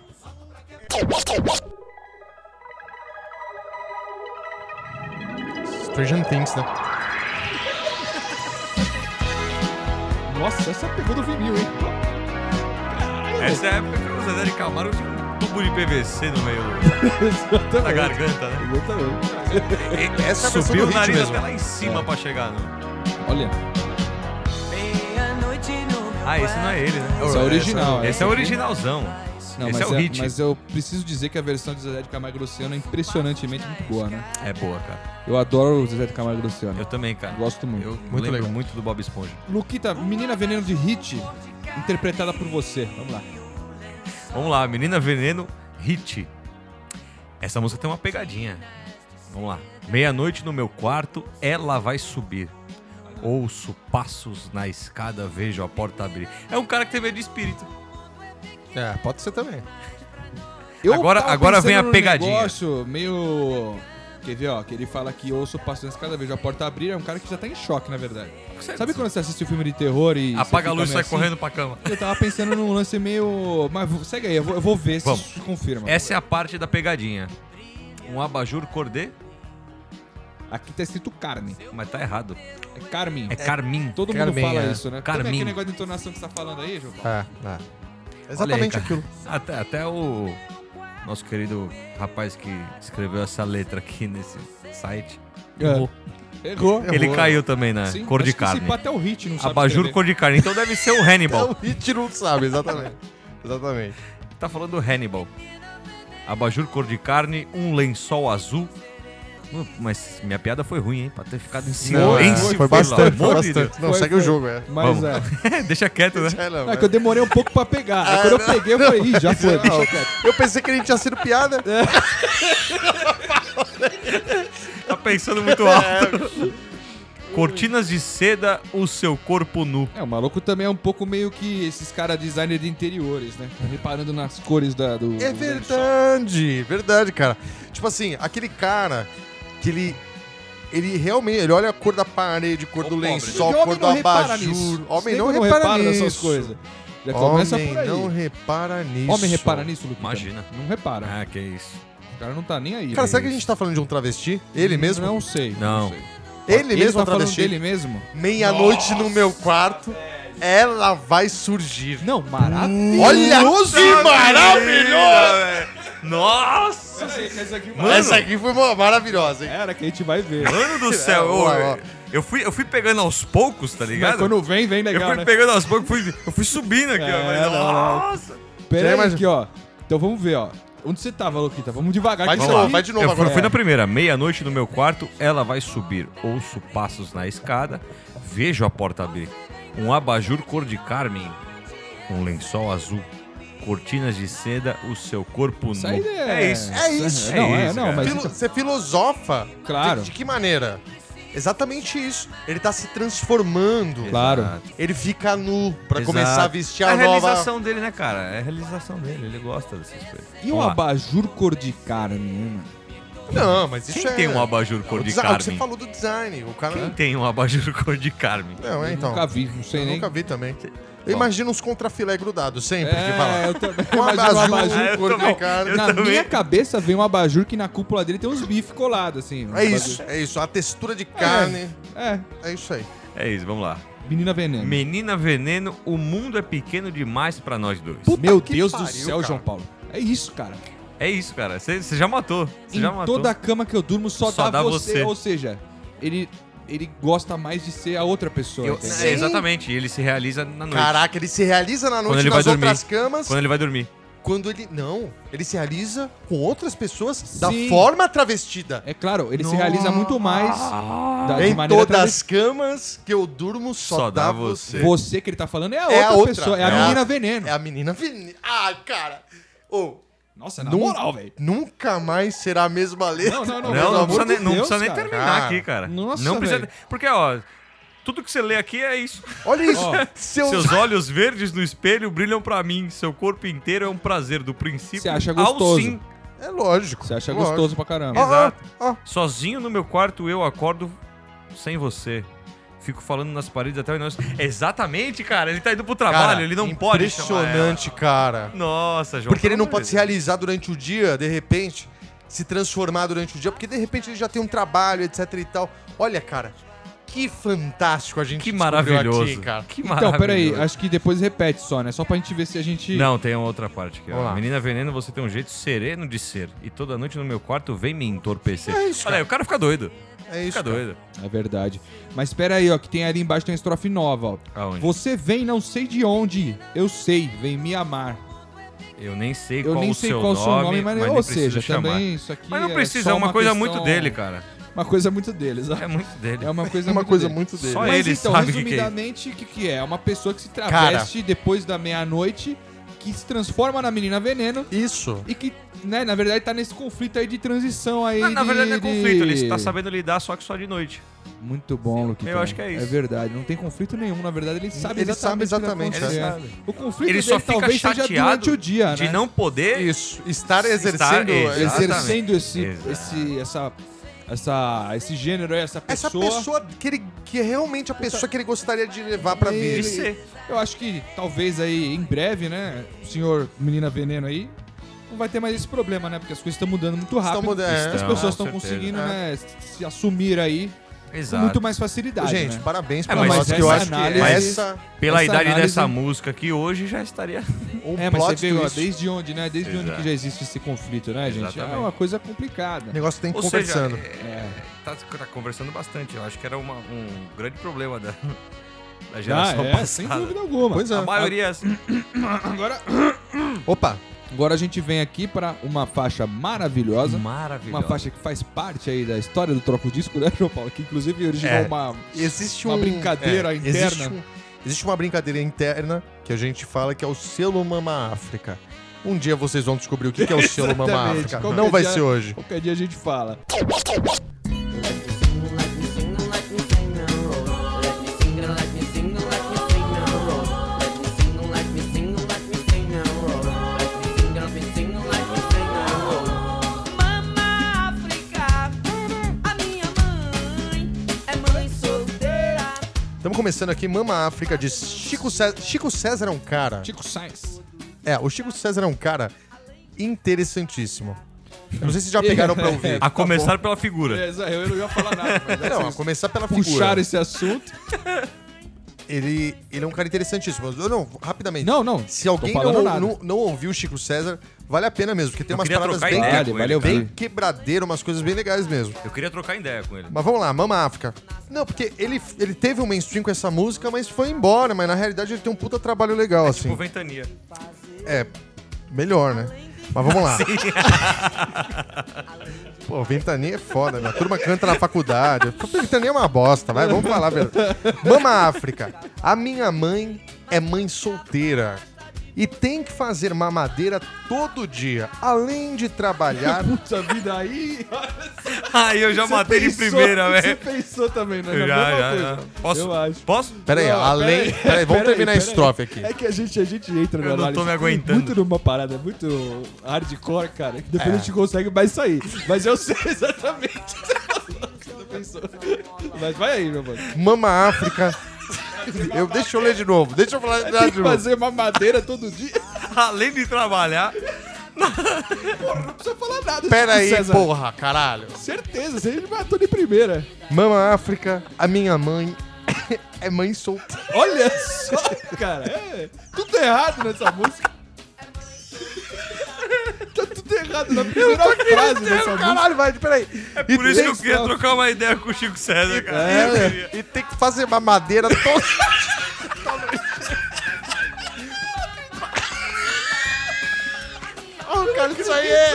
A: Stranger Things, né?
B: Nossa, essa pegou do vinil, hein? *laughs*
C: Essa é a época que o Zezé de Camargo tinha um tubo de PVC no meio
B: *laughs*
C: da
B: Exatamente.
C: Tá garganta, né?
B: Exatamente.
A: Essa é a versão
C: Subiu
A: do
C: o
A: hit
C: nariz
A: mesmo.
C: até lá em
B: É.
C: cima pra chegar né? no...
B: Olha,
E: Meia-noite no meu
C: Ah, esse não é ele, né?
B: essa é a original.
C: Esse é o originalzão.
B: Não,
C: esse
B: mas,
C: é o hit.
B: mas eu preciso dizer que a versão de Zezé de Camargo e Luciano é impressionantemente muito boa, né?
C: É boa, cara.
B: Eu adoro o Zezé de Camargo e Luciano.
C: Eu também, cara.
B: Gosto muito.
C: Eu
A: Muito
C: lembro
A: legal.
C: muito do Bob Esponja.
B: Luquita, Menina Veneno de Hit, interpretada por você. Vamos lá.
C: Vamos lá, Menina Veneno, hit. Essa música tem uma pegadinha. Vamos lá. Meia-noite no meu quarto, ela vai subir. Ouço passos na escada, vejo a porta abrir. É um cara que tem medo de espírito.
A: É, pode ser também.
C: Agora-
B: tava
C: agora
B: pensando
C: vem a
B: num
C: pegadinha.
B: negócio meio... Quer ver, ó, que ele fala que ouço passando cada vez a porta abrir, é um cara que já tá em choque, na verdade. Sabe quando você assiste um filme de terror e... você
C: Apaga a
B: fica
C: luz
B: meio
C: e sai
B: assim?
C: correndo pra cama.
B: Eu tava pensando num lance meio... Mas v- segue aí, eu vou, eu vou ver se
C: Vamos.
B: isso confirma.
C: Essa é a parte da pegadinha. Um abajur cordê,
B: Aqui tá escrito Carmen.
C: mas tá errado.
B: É Carminho.
C: É Carmin.
B: Todo mundo
A: Carmen,
B: fala
A: é.
B: isso, né? Como é
C: Carminho.
B: aquele negócio de entonação que você tá falando aí, João? Paulo?
A: É, é. Exatamente
C: Olha aí, cara.
A: aquilo.
C: Até, até o nosso querido rapaz que escreveu essa letra aqui nesse site. errou.
B: É. Errou.
C: Ele
A: né?
C: caiu também na
B: Sim,
C: cor
B: acho
C: de
B: que esse
C: carne.
B: pá até o hit não sabe
C: Abajur
B: escrever.
C: cor de carne. Então
A: *laughs*
C: deve ser o
A: *laughs* É o
C: Hannibal.
A: hit não sabe, exatamente. exatamente.
C: Tá falando do Hannibal. Abajur cor de carne, um lençol azul. Hum, Mas minha piada foi ruim, hein? Pra ter ficado em
A: Não, é,
C: silêncio.
A: foi
C: pelo
A: bastante, foi
C: amor de
A: bastante. Não,
B: Foi,
A: segue
B: foi.
A: o jogo, *laughs* é.
B: Mas
C: Vamos. *laughs*
B: é.
C: Deus. Deixa quieto, né?
A: É, não,
B: Não,
A: é. né?
B: é que eu demorei um pouco pra pegar. Aí quando eu peguei, eu falei, ih, já foi,
A: Não,
B: deixa quieto.
A: eu pensei que ele tinha sido piada.
C: Tá pensando muito alto.
A: *laughs* É.
C: Cortinas de seda, o seu corpo nu.
B: É, o maluco também é um pouco meio que esses caras designer de interiores, né? Tá reparando nas cores da, do.
A: É
B: do-
A: verdade, verdade, cara. Tipo assim, aquele cara que ele. Ele realmente, ele olha a cor da parede, cor do lençol,
B: E homem
A: cor do
B: não repara
A: abajur.
B: nisso.
A: Homem
B: Nego
A: não repara
B: nessas
A: nisso.
B: coisas. Já começa
A: Homem
B: por aí.
A: não repara nisso.
B: Homem repara nisso, Luquita?
C: Imagina.
B: Não repara.
C: Ah, que isso.
B: O cara não tá nem aí.
A: Cara, será que a gente tá falando de um travesti? Ele mesmo?
B: Hum, Não sei.
C: Não.
B: sei.
A: Ele mesmo é um
B: tá falando
A: travesti?
B: dele mesmo?
A: Meia-noite no meu quarto, ela vai surgir.
B: Não, maravilha.
A: Olha que maravilhoso!
C: Nossa! Mano.
A: Essa aqui foi uma maravilhosa, hein?
B: Era que a gente vai ver.
C: Mano do céu.
A: É,
C: ô,
A: ó, ó.
C: eu, fui, eu fui pegando aos poucos, tá
B: Mas
C: ligado?
B: quando vem, vem
C: Eu
B: legal,
C: fui
B: né?
C: pegando aos poucos, fui, eu fui subindo aqui, ó.
B: É,
C: mas-
B: não, não.
C: nossa!
B: Pera
A: Já é
B: aí,
A: imagina-
B: aqui, ó. Então vamos ver, ó. Onde você tava, Luquita? Vamos devagar.
A: Vai de
B: que isso
A: novo,
B: aqui-
A: vai de novo
C: eu fui,
A: agora.
C: eu fui na primeira, meia-noite no meu quarto, ela vai subir. Ouço passos na escada, vejo a porta abrir. Um abajur cor de carmim, um lençol azul, cortinas de seda, o seu corpo
B: Isso
C: nu.
B: aí
C: É isso.
A: É isso.
B: Não,
C: É
B: é,
C: isso,
B: não,
C: cara.
B: mas...
A: Filo- Você filosofa.
B: Claro.
A: De, de que maneira? Exatamente isso. Ele tá se transformando.
B: Claro.
C: Exato.
A: Ele fica nu pra
C: Exato.
A: começar a vestir
C: É
A: a
C: a
A: nova.
C: realização dele, né, cara? É a realização dele, ele gosta dessas coisas.
B: E um
C: Vamos lá.
B: abajur cor de carne, né, mano?
A: Não, mas isso
C: Quem
A: é.
C: tem um abajur
A: o
C: cor de
A: design- é o que Você
C: carmim?
A: falou né? do design. O cara.
C: Quem tem um abajur *laughs* cor de carmim?
A: Não, é então.
B: Nunca vi, não sei
A: Eu
B: nem.
A: nunca vi também. Eu imagino uns contrafilé grudados sempre que fala.
B: É, eu também
A: Um
B: imagino um
A: abajur,
B: abajur.
C: Ah, eu
A: cor de
C: também.
A: carne.
C: Eu
B: Na
C: também.
B: minha cabeça vem um abajur que na cúpula dele tem uns bifes colados, assim. um
A: É isso,
B: abajur.
A: é isso. A textura de carne.
B: É,
A: É isso aí.
C: É isso, vamos lá.
B: menina veneno.
C: Menina Veneno, o mundo é pequeno demais pra nós dois.
B: Meu
A: que
B: Deus do
A: pariu,
B: céu,
A: cara.
B: João Paulo. É isso, cara.
C: É isso, cara. Você você já matou. Você
B: em
C: já matou.
B: toda a cama que eu durmo só,
C: Só
B: dá,
C: dá
B: você.
C: você.
B: Ou seja, ele, ele gosta mais de ser a outra pessoa.
C: Eu-
B: entendeu?
C: é, exatamente. Ele se realiza na noite.
A: Caraca, ele se realiza na
C: Quando
A: noite
C: ele
A: nas
C: vai dormir.
A: outras camas.
C: Quando ele vai dormir.
A: Quando ele. Não, ele se realiza com outras pessoas da
B: Sim.
A: forma travestida.
B: É claro, ele se realiza muito mais da, É, de
A: em
B: maneira
A: todas
B: através-
A: as camas que eu durmo só,
C: Só
A: dá
C: dá
A: você.
B: Você que ele tá falando é a outra,
A: É a outra.
B: pessoa, é,
A: É
B: a
A: a-
B: menina veneno.
A: É a menina veneno. Ah, cara. Ô,
B: Nossa, na
A: Num-
B: moral, velho.
A: Nunca mais será a mesma letra.
B: Não, não,
C: Não,
B: pelo
C: não,
B: amor
C: precisa,
B: de
C: nem, não
B: Deus,
C: precisa nem
B: cara.
C: terminar
A: Cara,
C: aqui, cara.
B: nossa,
C: não precisa.
B: velho.
C: Porque, ó, tudo que você lê aqui é isso.
A: Olha isso.
B: Ó,
A: Seu...
C: Seus olhos verdes no espelho brilham pra mim. Seu corpo inteiro é um prazer, do princípio
B: Você acha
C: ao
B: gostoso.
C: fim.
A: É lógico.
B: Você acha
A: lógico.
B: gostoso pra caramba.
A: Ó, ó,
C: Exato.
A: ó.
C: Sozinho no meu quarto eu acordo sem você. Fico falando nas paredes até o nosso. Exatamente, cara. Ele tá indo pro trabalho,
A: Cara,
C: ele não pode chamar ela.
A: Impressionante, cara.
C: Nossa, João.
A: Porque ele
C: pelo
A: não
C: amor
A: pode
C: de
A: se
C: Deus.
A: realizar durante o dia, de repente, se transformar durante o dia, porque de repente ele já tem um trabalho, etc e tal. Olha, cara, que fantástico a gente
C: Que
A: descobriu
C: maravilhoso.
A: aqui, cara.
C: Que
B: Então, peraí,
C: maravilhoso.
B: acho que depois repete só, né? Só pra gente ver se a gente.
C: Não, tem uma outra parte aqui. ó.
A: Vamos lá.
C: Menina veneno, você tem um jeito sereno de ser. E toda noite no meu quarto vem me entorpecer.
A: É isso,
C: Olha aí, o cara fica doido.
A: É isso.
C: Fica
A: cara.
C: doido.
B: É verdade. Mas peraí, ó, que tem ali embaixo tem uma estrofe nova, ó.
C: Aonde?
B: Você vem, não sei de onde. Eu sei, vem me amar.
C: Eu nem sei
B: Eu
C: qual
B: nem
C: o
B: sei
C: seu
B: qual o
C: nome,
B: seu nome, mas, é
C: nem
B: ou
C: preciso
B: seja,
C: chamar.
B: também isso aqui.
C: Mas não
B: é
C: precisa,
B: só
C: é uma, coisa
B: questão-
C: muito dele, cara.
B: Uma coisa muito dele, exato.
C: É muito dele.
B: É uma coisa
A: *laughs* Uma
B: muito
A: coisa
B: dele.
A: muito dele.
C: Só
B: Mas
C: ele
B: então,
C: sabe o que que é isso.
B: resumidamente, o que, que é? É uma pessoa que se traveste depois da meia-noite, que se transforma na menina veneno
A: Isso.
B: e que, né, na verdade tá nesse conflito aí de transição aí.
C: Ah, na
B: de-
C: verdade, não é conflito.
B: de-
C: Ele tá sabendo lidar, só que só de noite.
B: Muito bom, Luquita.
C: acho que é isso.
B: É verdade, não tem conflito nenhum, na verdade, ele sabe
A: Ele sabe
B: exatamente.
A: exatamente,
B: o que vai
A: é.
B: acontecer. O conflito
C: Ele
B: dele
C: só fica
B: talvez seja durante
C: chateado
B: o dia,
C: de
B: né?
C: não poder.
A: Isso. Estar
C: Estar-
A: exercendo.
C: exato.
B: exercendo esse,
C: Exato.
B: esse, essa, essa, esse gênero, aí, essa pessoa.
A: Essa pessoa que, ele, que é realmente a pessoa que ele gostaria de levar pra
C: de
A: vida.
C: ser.
B: Eu acho que talvez aí em breve, né, o senhor menina veneno aí não vai ter mais esse problema, né? Porque as coisas estão mudando muito rápido.
A: mudando, é.
B: As pessoas
C: Estão,
B: estão
C: com certeza.
B: conseguindo, né, se assumir aí com
C: Exato.
B: muito mais facilidade,
A: Gente,
B: né?
A: parabéns
C: É,
A: pra
C: mas
A: nós, que eu
B: essa
A: acho que
B: análise-
A: essa...
C: Pela
B: essa
C: idade
B: análise-
C: dessa música aqui hoje
B: *laughs*
C: já estaria.
A: Um
B: É, mas você
A: plot
B: vê, ó,
A: twist.
B: desde onde, né? Desde onde
C: Exato.
B: que já existe esse conflito, né, gente? É
C: Exatamente.
B: uma coisa
A: O
B: complicada.
A: negócio tem que
C: Ou
A: ir
C: seja,
A: conversando.
C: é, tá, tá conversando bastante. Eu acho que era uma- um grande problema da, *laughs* da geração
B: é,
C: passada.
B: sem dúvida alguma.
A: Pois é.
C: A maioria é assim.
B: Agora,
A: Opa,
B: agora a gente vem aqui pra uma faixa maravilhosa.
C: Maravilhosa.
B: Uma faixa que faz parte aí da história do Troco Disco, né, João Paulo? Que inclusive originou
A: É.
B: uma,
A: existe
B: Uma
A: um-
B: brincadeira interna.
A: Existe, um- existe uma brincadeira interna que a gente fala que é o selo Mama África. Um dia vocês vão descobrir o que que
B: *laughs*
A: é o selo Mama
B: Exatamente. é?
A: África.
B: Qualquer
A: Não vai
B: dia-
A: ser hoje.
B: Qualquer dia a gente fala.
E: Mama África, a minha mãe é mãe solteira.
A: Estamos começando aqui Mama África de Chico César. Chico César é um cara.
B: Chico Sainz.
A: É, o Chico César é um cara interessantíssimo. Eu não sei se já pegaram pra
B: *laughs*
A: ouvir.
B: tá
C: A começar pela figura.
B: Beleza, eu não ia falar nada. Mas é
A: Não, a
B: vocês
A: começar pela
B: puxaram
A: figura.
B: esse assunto.
A: Ele, ele é um cara interessantíssimo. Eu não, rapidamente.
B: Não, não.
A: Se alguém
B: Tô falando
A: não,
B: nada.
A: não, não ouviu o Chico César, vale a pena mesmo, porque tem
C: Eu
A: umas
C: queria
A: paradas
C: trocar
A: bem,
C: ideia
B: Vale,
C: com
B: vale
C: ele.
B: eu
A: bem
B: vi.
A: quebradeiras, umas coisas bem legais mesmo.
C: Eu queria trocar ideia com ele.
A: Mas vamos lá, Mama África. Não, porque ele, ele teve um mainstream com essa música, mas foi embora. Mas na realidade ele tem um puta trabalho legal, assim.
C: Tipo ventania. *laughs*
A: É, melhor, né? Mas vamos lá. *laughs* Pô, Ventania é foda, minha turma canta na faculdade. Ventania é uma bosta, vai, vamos falar a verdade. Mama África, a minha mãe é mãe solteira e tem que fazer mamadeira todo dia, além de trabalhar.
B: *laughs* Puta vida aí.
C: Ai, eu já
B: Você
C: matei de
B: pensou- *laughs*
C: primeira,
B: Você
C: velho.
B: pensou também, né?
C: Eu
B: Na
C: Já,
B: mesma
C: já,
B: coisa.
C: já. Posso?
B: Eu acho.
C: Posso?
A: Pera aí,
B: Não,
A: além.
B: pera aí,
A: Pera aí, vamos
B: pera aí,
A: terminar a
B: pera aí.
A: estrofe aqui.
B: É que a gente, a gente entra na
C: Eu não tô
B: análise
C: me aguentando.
B: muito numa parada, muito hardcore, cara, que
A: É.
B: depois a gente consegue mais sair. Mas eu sei *laughs* exatamente o que você pensou. Mas vai aí, meu mano.
A: Mama África. Eu, deixa eu ler de novo, deixa eu falar de
B: Tem que
A: novo.
B: fazer uma madeira todo dia. *laughs*
C: Além de trabalhar,
B: Não precisa falar nada.
A: Pera
B: Chico
A: aí,
B: César.
A: porra, caralho.
B: Certeza, você matou de primeira.
A: Mama África, a minha mãe *laughs* é mãe solteira.
B: Olha só, cara. É, tudo errado nessa música. Tá tudo errado. errado na primeira frase dessa música.
A: Caralho, vai, peraí. E
C: é Por isso que
A: tem-
C: eu queria trocar uma ideia com o Chico César, cara.
A: É, e tem que fazer uma madeira toda. Oh, cara, isso aí é.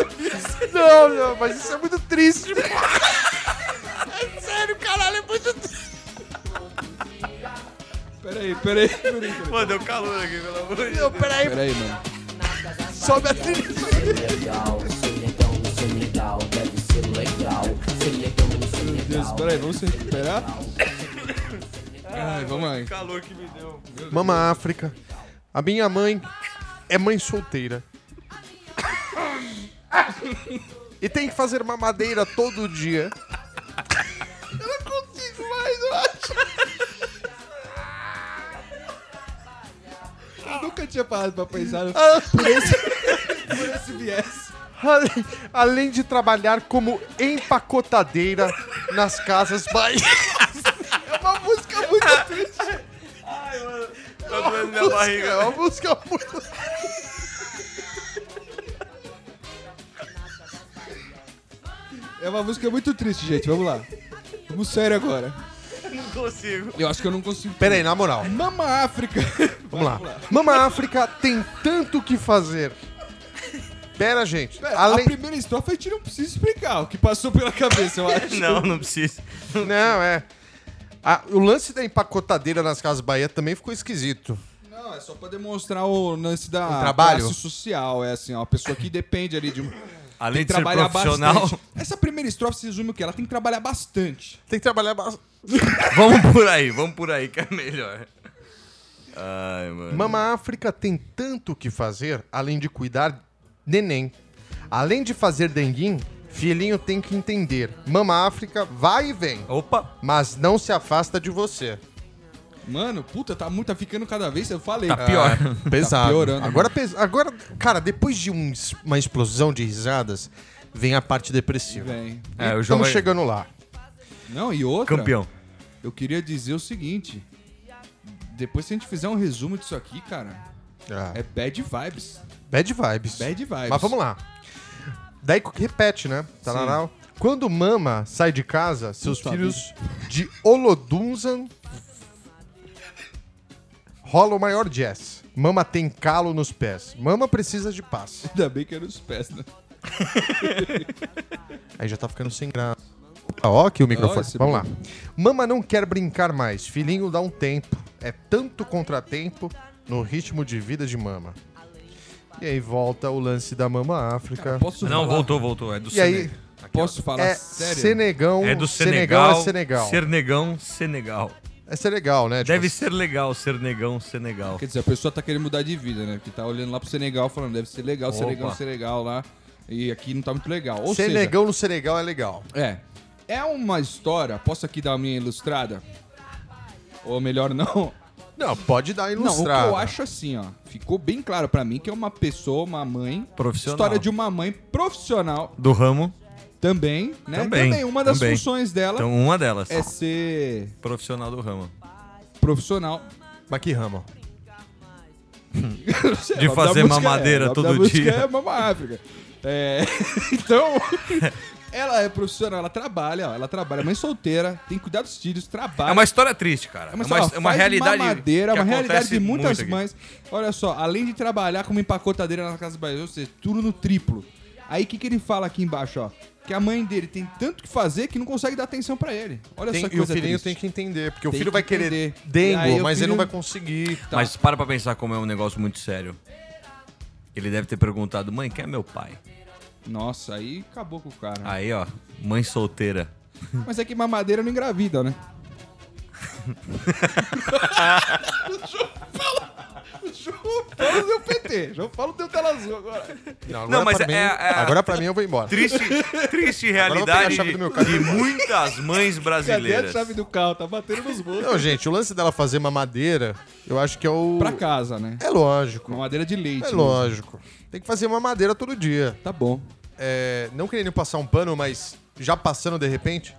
A: Não, não, mas isso é muito triste. É sério, caralho, é muito triste.
B: Peraí, peraí, peraí.
C: Pô, deu calor aqui, pelo amor de Deus.
A: Não, peraí,
B: Peraí, mano.
A: sobe a trilha.
B: Meu Deus, peraí, vamos se recuperar? Ai, vamos lá.
C: calor que me deu.
A: Mama África. A minha mãe é mãe solteira. E tem que fazer mamadeira todo dia.
B: Eu nunca tinha parado pra pensar por esse, por esse viés.
A: Ale- Além de trabalhar como empacotadeira nas casas bairristas.
B: É uma música muito triste.
C: Tá doendo minha
A: É
C: barriga.
A: uma música muito.
B: É uma música muito triste, gente. Vamos lá. Vamos sério agora.
C: Não consigo.
B: Eu acho que eu não consigo.
A: Pera aí, na moral.
B: Mama África. *laughs*
A: Vamos lá. Mama África tem tanto o que fazer. Pera, gente.
B: Pera, A
A: Além...
B: primeira estrofe a gente não precisa explicar o que passou pela cabeça, eu acho.
C: Não, não precisa.
A: Não, é. Ah, o lance da empacotadeira nas casas Bahia também ficou esquisito.
B: Não, é só pra demonstrar o lance da
A: trabalho?
B: classe social. É assim, ó, a pessoa que depende ali de um. tem
C: Além de
B: que
C: ser
B: trabalhar
C: profissional.
B: bastante. Essa primeira estrofe se resume o quê? Ela tem que trabalhar bastante.
A: Tem que trabalhar bastante.
C: Vamos por aí, vamos por aí, que é melhor. Ai, mano.
A: Mama África tem tanto o que fazer além de cuidar neném. Além de fazer denguim, filhinho tem que entender. Mama África vai e vem,
C: Opa!
A: mas não se afasta de você.
B: Mano, puta, tá muito, tá ficando cada vez, eu falei. É,
C: Tá pior.
A: *laughs* Pesado.
B: piorando.
A: agora, pes- agora, cara, depois de um es- uma explosão de risadas, vem a parte depressiva.
B: Vem.
C: É, o João
A: Estamos
C: vai-
A: chegando lá.
B: Não, e outra.
C: Campeão.
B: Eu queria dizer o seguinte. Depois se a gente fizer um resumo disso aqui, cara, é
A: É
B: bad vibes.
A: bad vibes.
B: Bad vibes.
A: Mas vamos lá. Daí co- repete, né? Tararau. Quando Mama sai de casa, seus
B: Puta
A: filhos de Olodunzan rola o maior jazz. Mama tem calo nos pés. Mama precisa de paz.
B: Ainda bem que era os pés, né?
A: Aí já tá ficando sem graça. Ah, Ó, aqui o microfone.
B: esse
A: Vamos lá. Mama não quer brincar mais. Filhinho dá um tempo. É tanto contratempo no ritmo de vida de mama. E aí volta o lance da Mama África.
B: Posso
C: Não,
B: falar?
C: voltou, voltou. É do
A: E aí?
C: Sene- Aqui, ó.
B: Posso falar
A: é
B: sério?
A: Senegão.
C: É do
A: Senegal.
C: Senegal.
A: é Senegal.
C: Sernegão, Senegal.
A: É Senegal, né? Tipo,
C: Deve ser legal ser negão, Senegal.
B: Quer dizer, a pessoa tá querendo mudar de vida, né? Porque tá olhando lá pro Senegal falando, deve ser legal,
C: Opa.
B: Senegal, Senegal lá. E aqui não tá muito legal. Ou seja,
A: Senegão no Senegal é legal.
B: É. É uma história. Posso aqui dar a minha ilustrada? Ou melhor, não.
A: Não, pode dar
B: Não, o que
A: ilustrado.
B: eu acho assim, ó. Ficou bem claro pra mim que é uma pessoa, uma mãe.
C: Profissional.
B: História de uma mãe profissional
C: Do ramo.
B: também, né?
C: Também,
B: Uma das
C: também.
B: funções dela
C: Então, uma delas.
B: é ser
C: Profissional do ramo.
B: profissional.
A: Mas que ramo?
B: Não sei,
C: De
B: o nome da
C: fazer
B: música
C: mamadeira
B: é, o nome
C: todo
B: da música
C: dia.
B: É Mama África. É, *laughs* então, ela é profissional, ela trabalha, ó, ela trabalha, é mãe solteira, tem que cuidar dos filhos, trabalha.
C: É uma história triste, cara. É uma,
B: sei lá,
C: é uma
B: faz
C: realidade.
B: mamadeira, é
C: que
B: uma realidade de
C: acontece
B: muitas
C: muito aqui.
B: mães. Olha só, além de trabalhar como empacotadeira na Casa Bahia, ou seja, tudo no triplo. Aí o que, que ele fala aqui embaixo, ó? Que a mãe dele tem tanto que fazer que não consegue dar atenção pra ele. Olha
A: Tem-
B: só que
A: e o
B: coisa
A: filhinho
B: triste.
A: tem que entender, porque o
B: Tem
A: filho
B: que
A: vai querer
B: entender. E
A: dengo,
B: aí o
A: mas ele
B: filho-
A: não vai conseguir.
C: Mas para pra pensar como é um negócio muito sério. Ele deve ter perguntado, mãe, quem é meu pai?
B: Nossa, aí acabou com o cara. né?
C: Aí, ó, mãe solteira.
B: Mas é que mamadeira não engravida, né? o João fala. O João fala do seu PT. O João fala do teu tela azul um agora.
A: Não, agora
C: Não, mas
A: pra
C: é-
A: mim,
C: é- é-
A: agora pra mim eu vou embora.
B: *laughs*
C: Triste, triste
A: Agora eu vou pegar a
C: realidade
A: chave do meu carro e
C: de
A: ir embora.
C: muitas mães
B: Cadê a
C: brasileiras.
B: chave do carro? Tá batendo nos bolsos.
A: Não, gente, o lance dela fazer mamadeira, eu acho que é o.
B: Pra casa, né?
A: É lógico.
B: Mamadeira de leite.
A: É
B: mesmo.
A: lógico. Tem que fazer mamadeira todo dia.
B: Tá bom.
A: É, não querendo passar um pano, mas já passando de repente,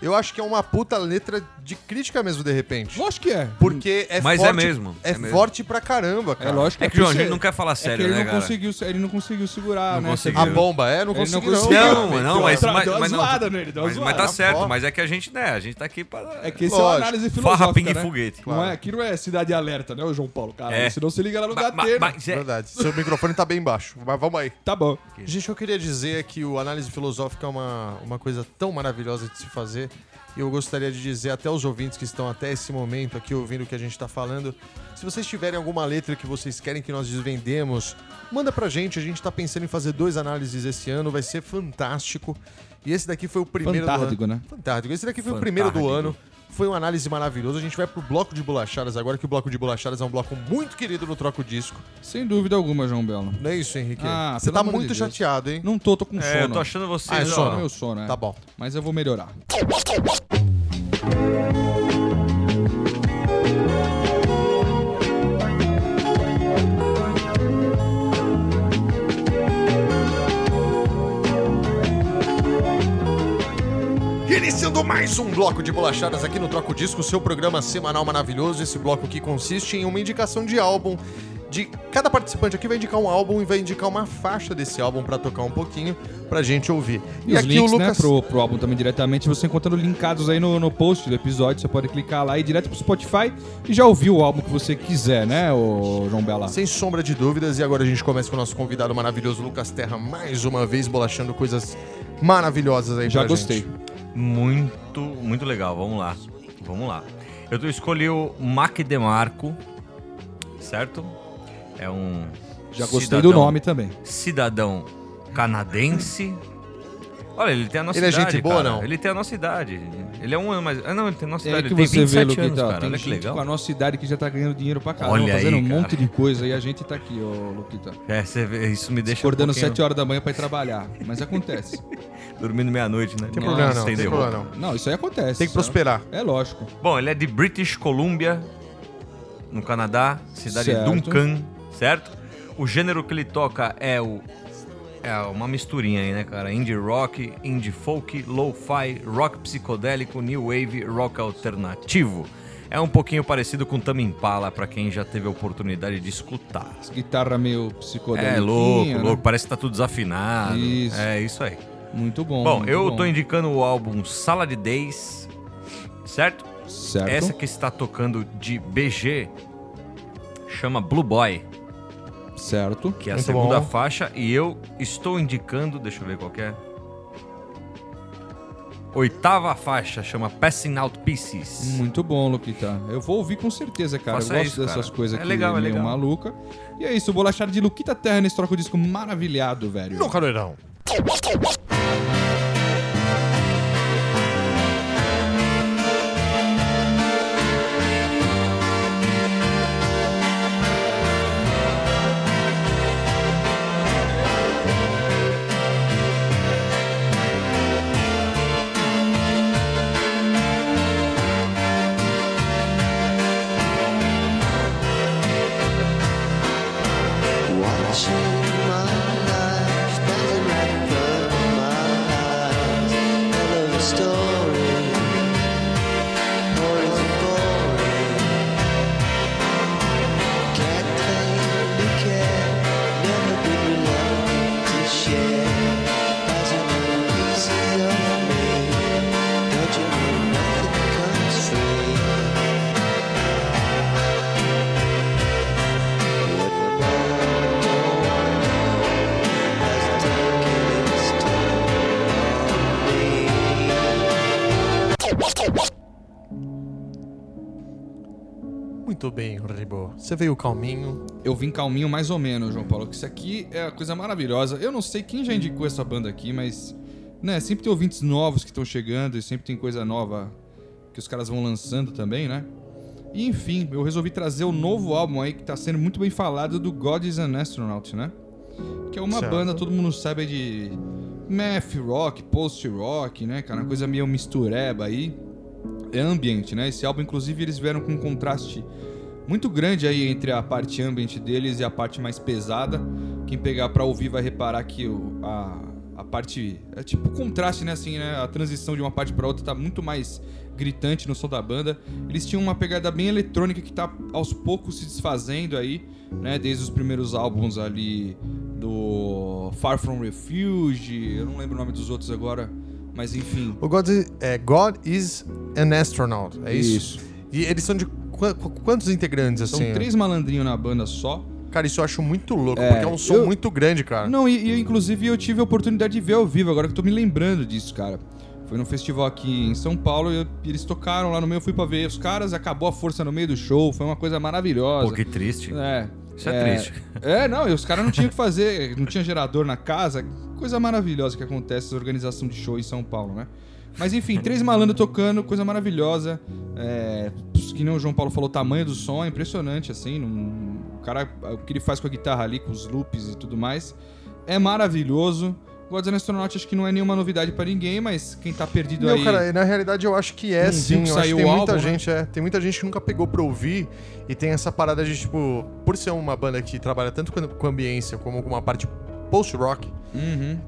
A: Eu acho que é uma puta letra de crítica mesmo, de repente.
B: Lógico que é.
A: Porque é
C: Mas é
A: forte.
C: mesmo,
A: É,
C: é mesmo.
A: forte pra caramba, cara.
B: É lógico
C: É que, João, a
B: porque
C: gente não quer falar
B: é
C: sério,
B: que ele
C: né,
B: não
C: cara?
B: Conseguiu, ele não conseguiu segurar,
C: Não
B: né?
C: conseguiu.
A: A bomba, é? Não
B: Ele não
A: consegui, não. então,
B: conseguiu.
A: cara.
C: Não, não, mas,
B: Deu uma-
C: mas,
B: deu uma
C: mas não.
B: zoada nele, deu uma
C: mas, mas tá
B: zoada.
C: certo,
A: Ó.
C: mas é que a gente, né, a gente tá aqui pra...
B: É que esse é
A: Lógico.
B: uma análise filosófica,
C: Farra, pingue e
B: né?
C: foguete.
B: Não é, aqui não é cidade alerta, né, o João Paulo? Cara,
C: É.
B: se não se liga lá no
C: Ma- ma-
B: gateiro.
C: mas é-
A: Verdade. Seu microfone tá bem baixo, mas vamos aí.
B: né? Tá bom.
A: Gente, eu queria dizer é que o análise filosófica é uma, uma coisa tão maravilhosa de se fazer. E eu gostaria de dizer até aos ouvintes que estão até esse momento aqui ouvindo o que a gente está falando. Se vocês tiverem alguma letra que vocês querem que nós desvendemos, manda pra gente. A gente tá pensando em fazer dois análises esse ano, vai ser fantástico. E esse daqui foi o primeiro
B: Fantástico,
A: do ano.
B: né?
A: Fantástico. Esse daqui foi o primeiro do
C: Fantástico.
A: ano. Foi uma análise maravilhosa. A gente vai pro bloco de bolachadas agora, que o bloco de bolachadas é um bloco muito querido no Troco Disco.
B: Sem dúvida alguma, João Belo.
A: Não é isso, Henrique?
B: Ah,
A: Você
B: pelo
A: tá
B: amor de
A: muito
B: Deus.
A: chateado, hein?
B: Não tô, tô com sono.
C: É, eu tô
A: Ah,
C: achando
A: é
C: vocês... ó,
A: sono.
B: meu sono, é.
A: Tá bom.
B: Mas eu vou melhorar.
A: Iniciando mais um bloco de bolachadas aqui no Troco Disco, seu programa semanal maravilhoso. Esse bloco que consiste em uma indicação de álbum. De cada participante aqui vai indicar um álbum e vai indicar uma faixa desse álbum pra tocar um pouquinho pra gente ouvir.
B: E, os links, né, pro, pro álbum também diretamente, você encontrando linkados aí no, no post do episódio, você pode clicar lá e ir direto pro Spotify e já ouvir o álbum que você quiser, né, ô João Bela?
A: Sem sombra de dúvidas, e agora a gente começa com o nosso convidado maravilhoso Lucas Terra, mais uma vez bolachando coisas maravilhosas aí
B: Já
A: pra
B: gostei.
A: gente.
C: Muito, muito legal. Vamos lá. Vamos lá. Eu escolhi o Mac DeMarco, certo? É um.
B: Já gostei
C: cidadão-
B: do nome também.
C: Cidadão canadense. Olha, ele tem a nossa
A: Ele é
C: idade.
A: gente boa,
C: cara.
A: não?
C: Ele tem a nossa idade. Ele é um ano mais. Ah, não, ele tem a nossa
B: É
C: idade.
B: que
C: Ele tem
B: você vê,
C: 27
B: Luquita,
C: anos,
B: ó,
C: cara.
B: tem
C: Olha que
B: gente com
C: legal.
B: a nossa idade que já tá ganhando dinheiro pra caramba,
C: Olha aí,
B: fazendo um
C: cara.
B: monte de coisa e a gente tá aqui, ô Luquita,
C: É, você vê, isso me deixa.
B: acordando
C: um pouquinho-
B: 7 horas da manhã pra ir trabalhar, mas acontece.
C: Dormindo meia-noite, né?
A: Tem problema não, tem
C: Estendeu.
A: problema não.
B: Não, isso aí acontece.
A: Tem que
B: isso aí-
A: prosperar.
B: É lógico.
C: Bom, ele é de British Columbia, no Canadá, cidade de
B: Certo.
C: Duncan, certo? O gênero que ele toca é o. É uma misturinha aí, né, cara? Indie rock, indie folk, lo-fi, rock psicodélico, new wave, rock alternativo. É um pouquinho parecido com Tame Impala, pra quem já teve a oportunidade de escutar.
B: Guitarra meio psicodélica.
C: É louco,
B: né?
C: louco. Parece que tá tudo desafinado.
B: Isso.
C: É isso aí.
B: Muito bom.
C: Bom,
B: muito
C: eu tô indicando o álbum Sala de Days, certo?
B: Certo.
C: Essa que está tocando de BG chama Blue Boy,
B: Certo.
C: que é a
A: Muito
C: segunda
A: bom.
C: faixa, e eu estou indicando, deixa eu ver qual que é. Oitava faixa chama Passing Out Pieces.
B: Muito bom, Luquita. Eu vou ouvir com certeza, cara.
C: Faça
B: eu gosto
C: isso,
B: dessas
C: cara.
B: coisas
C: É
B: aqui
C: legal, é
B: meio
C: legal.
B: maluca. E é isso, bolachada de Luquita Terra nesse troco disco maravilhado, velho.
A: No calorão.
F: Watching my life standing right in front of my eyes. End of the story. Or is it boring? Can't claim to care. Never been reluctant to share. Thousand little pieces of me. Don't you know nothing comes free?
A: Muito bem, Ribô. Você veio calminho.
B: Eu vim calminho mais ou menos, João Paulo. Que isso aqui é uma coisa maravilhosa. Eu não sei quem já indicou essa banda aqui, mas. Né, sempre tem ouvintes novos que estão chegando e sempre tem coisa nova que os caras vão lançando também, né? E enfim, eu resolvi trazer o novo álbum aí que tá sendo muito bem falado do God is an Astronaut, né? Que é uma
A: Certo.
B: banda, todo mundo sabe, é de math rock, post rock, né, cara? Uma coisa meio mistureba aí. É ambient, né? Esse álbum, inclusive, eles vieram com um contraste muito grande aí entre a parte ambient deles e a parte mais pesada. Quem pegar pra ouvir vai reparar que o- a, a parte. É tipo o contraste, né? Assim, né? A transição de uma parte pra outra tá muito mais gritante no som da banda. Eles tinham uma pegada bem eletrônica que tá aos poucos se desfazendo aí, né? Desde os primeiros álbuns ali do Far From Refuge, eu não lembro o nome dos outros agora, mas enfim.
A: O God is, é God is an Astronaut, é isso? E eles são de qu- qu- quantos integrantes,
B: São
A: assim?
B: Então, três malandrinhos na banda só.
A: Cara, isso eu acho muito louco, porque é um som
B: eu-
A: muito grande, cara.
B: Não, e, e, inclusive eu tive a oportunidade de ver ao vivo, agora que eu tô me lembrando disso, cara. Foi num festival aqui em São Paulo e eu- e eles tocaram lá no meio, eu fui pra ver os caras, acabou a força no meio do show, foi uma coisa maravilhosa.
C: Pô, que triste.
B: É.
C: Isso é triste.
B: É, não, e os caras não tinham o que fazer, não tinha gerador na casa. Coisa maravilhosa que acontece essa organização de show em São Paulo, né? Mas enfim, três malandros tocando, coisa maravilhosa. É, que nem o João Paulo falou, o tamanho do som é impressionante, assim. não- o cara, o que ele faz com a guitarra ali, com os loops e tudo mais, é maravilhoso. Godzilla Astronaut acho que não é nenhuma novidade pra ninguém, mas quem tá perdido
A: Não,
B: aí...
A: cara, na realidade eu acho que é
B: Não viu
A: sim.
B: que
A: Eu acho que
B: um saiu
A: tem
B: o
A: muita
B: álbum, né?
A: gente, é. Tem muita gente que nunca pegou pra ouvir e tem essa parada de, tipo, por ser uma banda que trabalha tanto com com ambiência como com uma parte post-rock,
B: Uhum.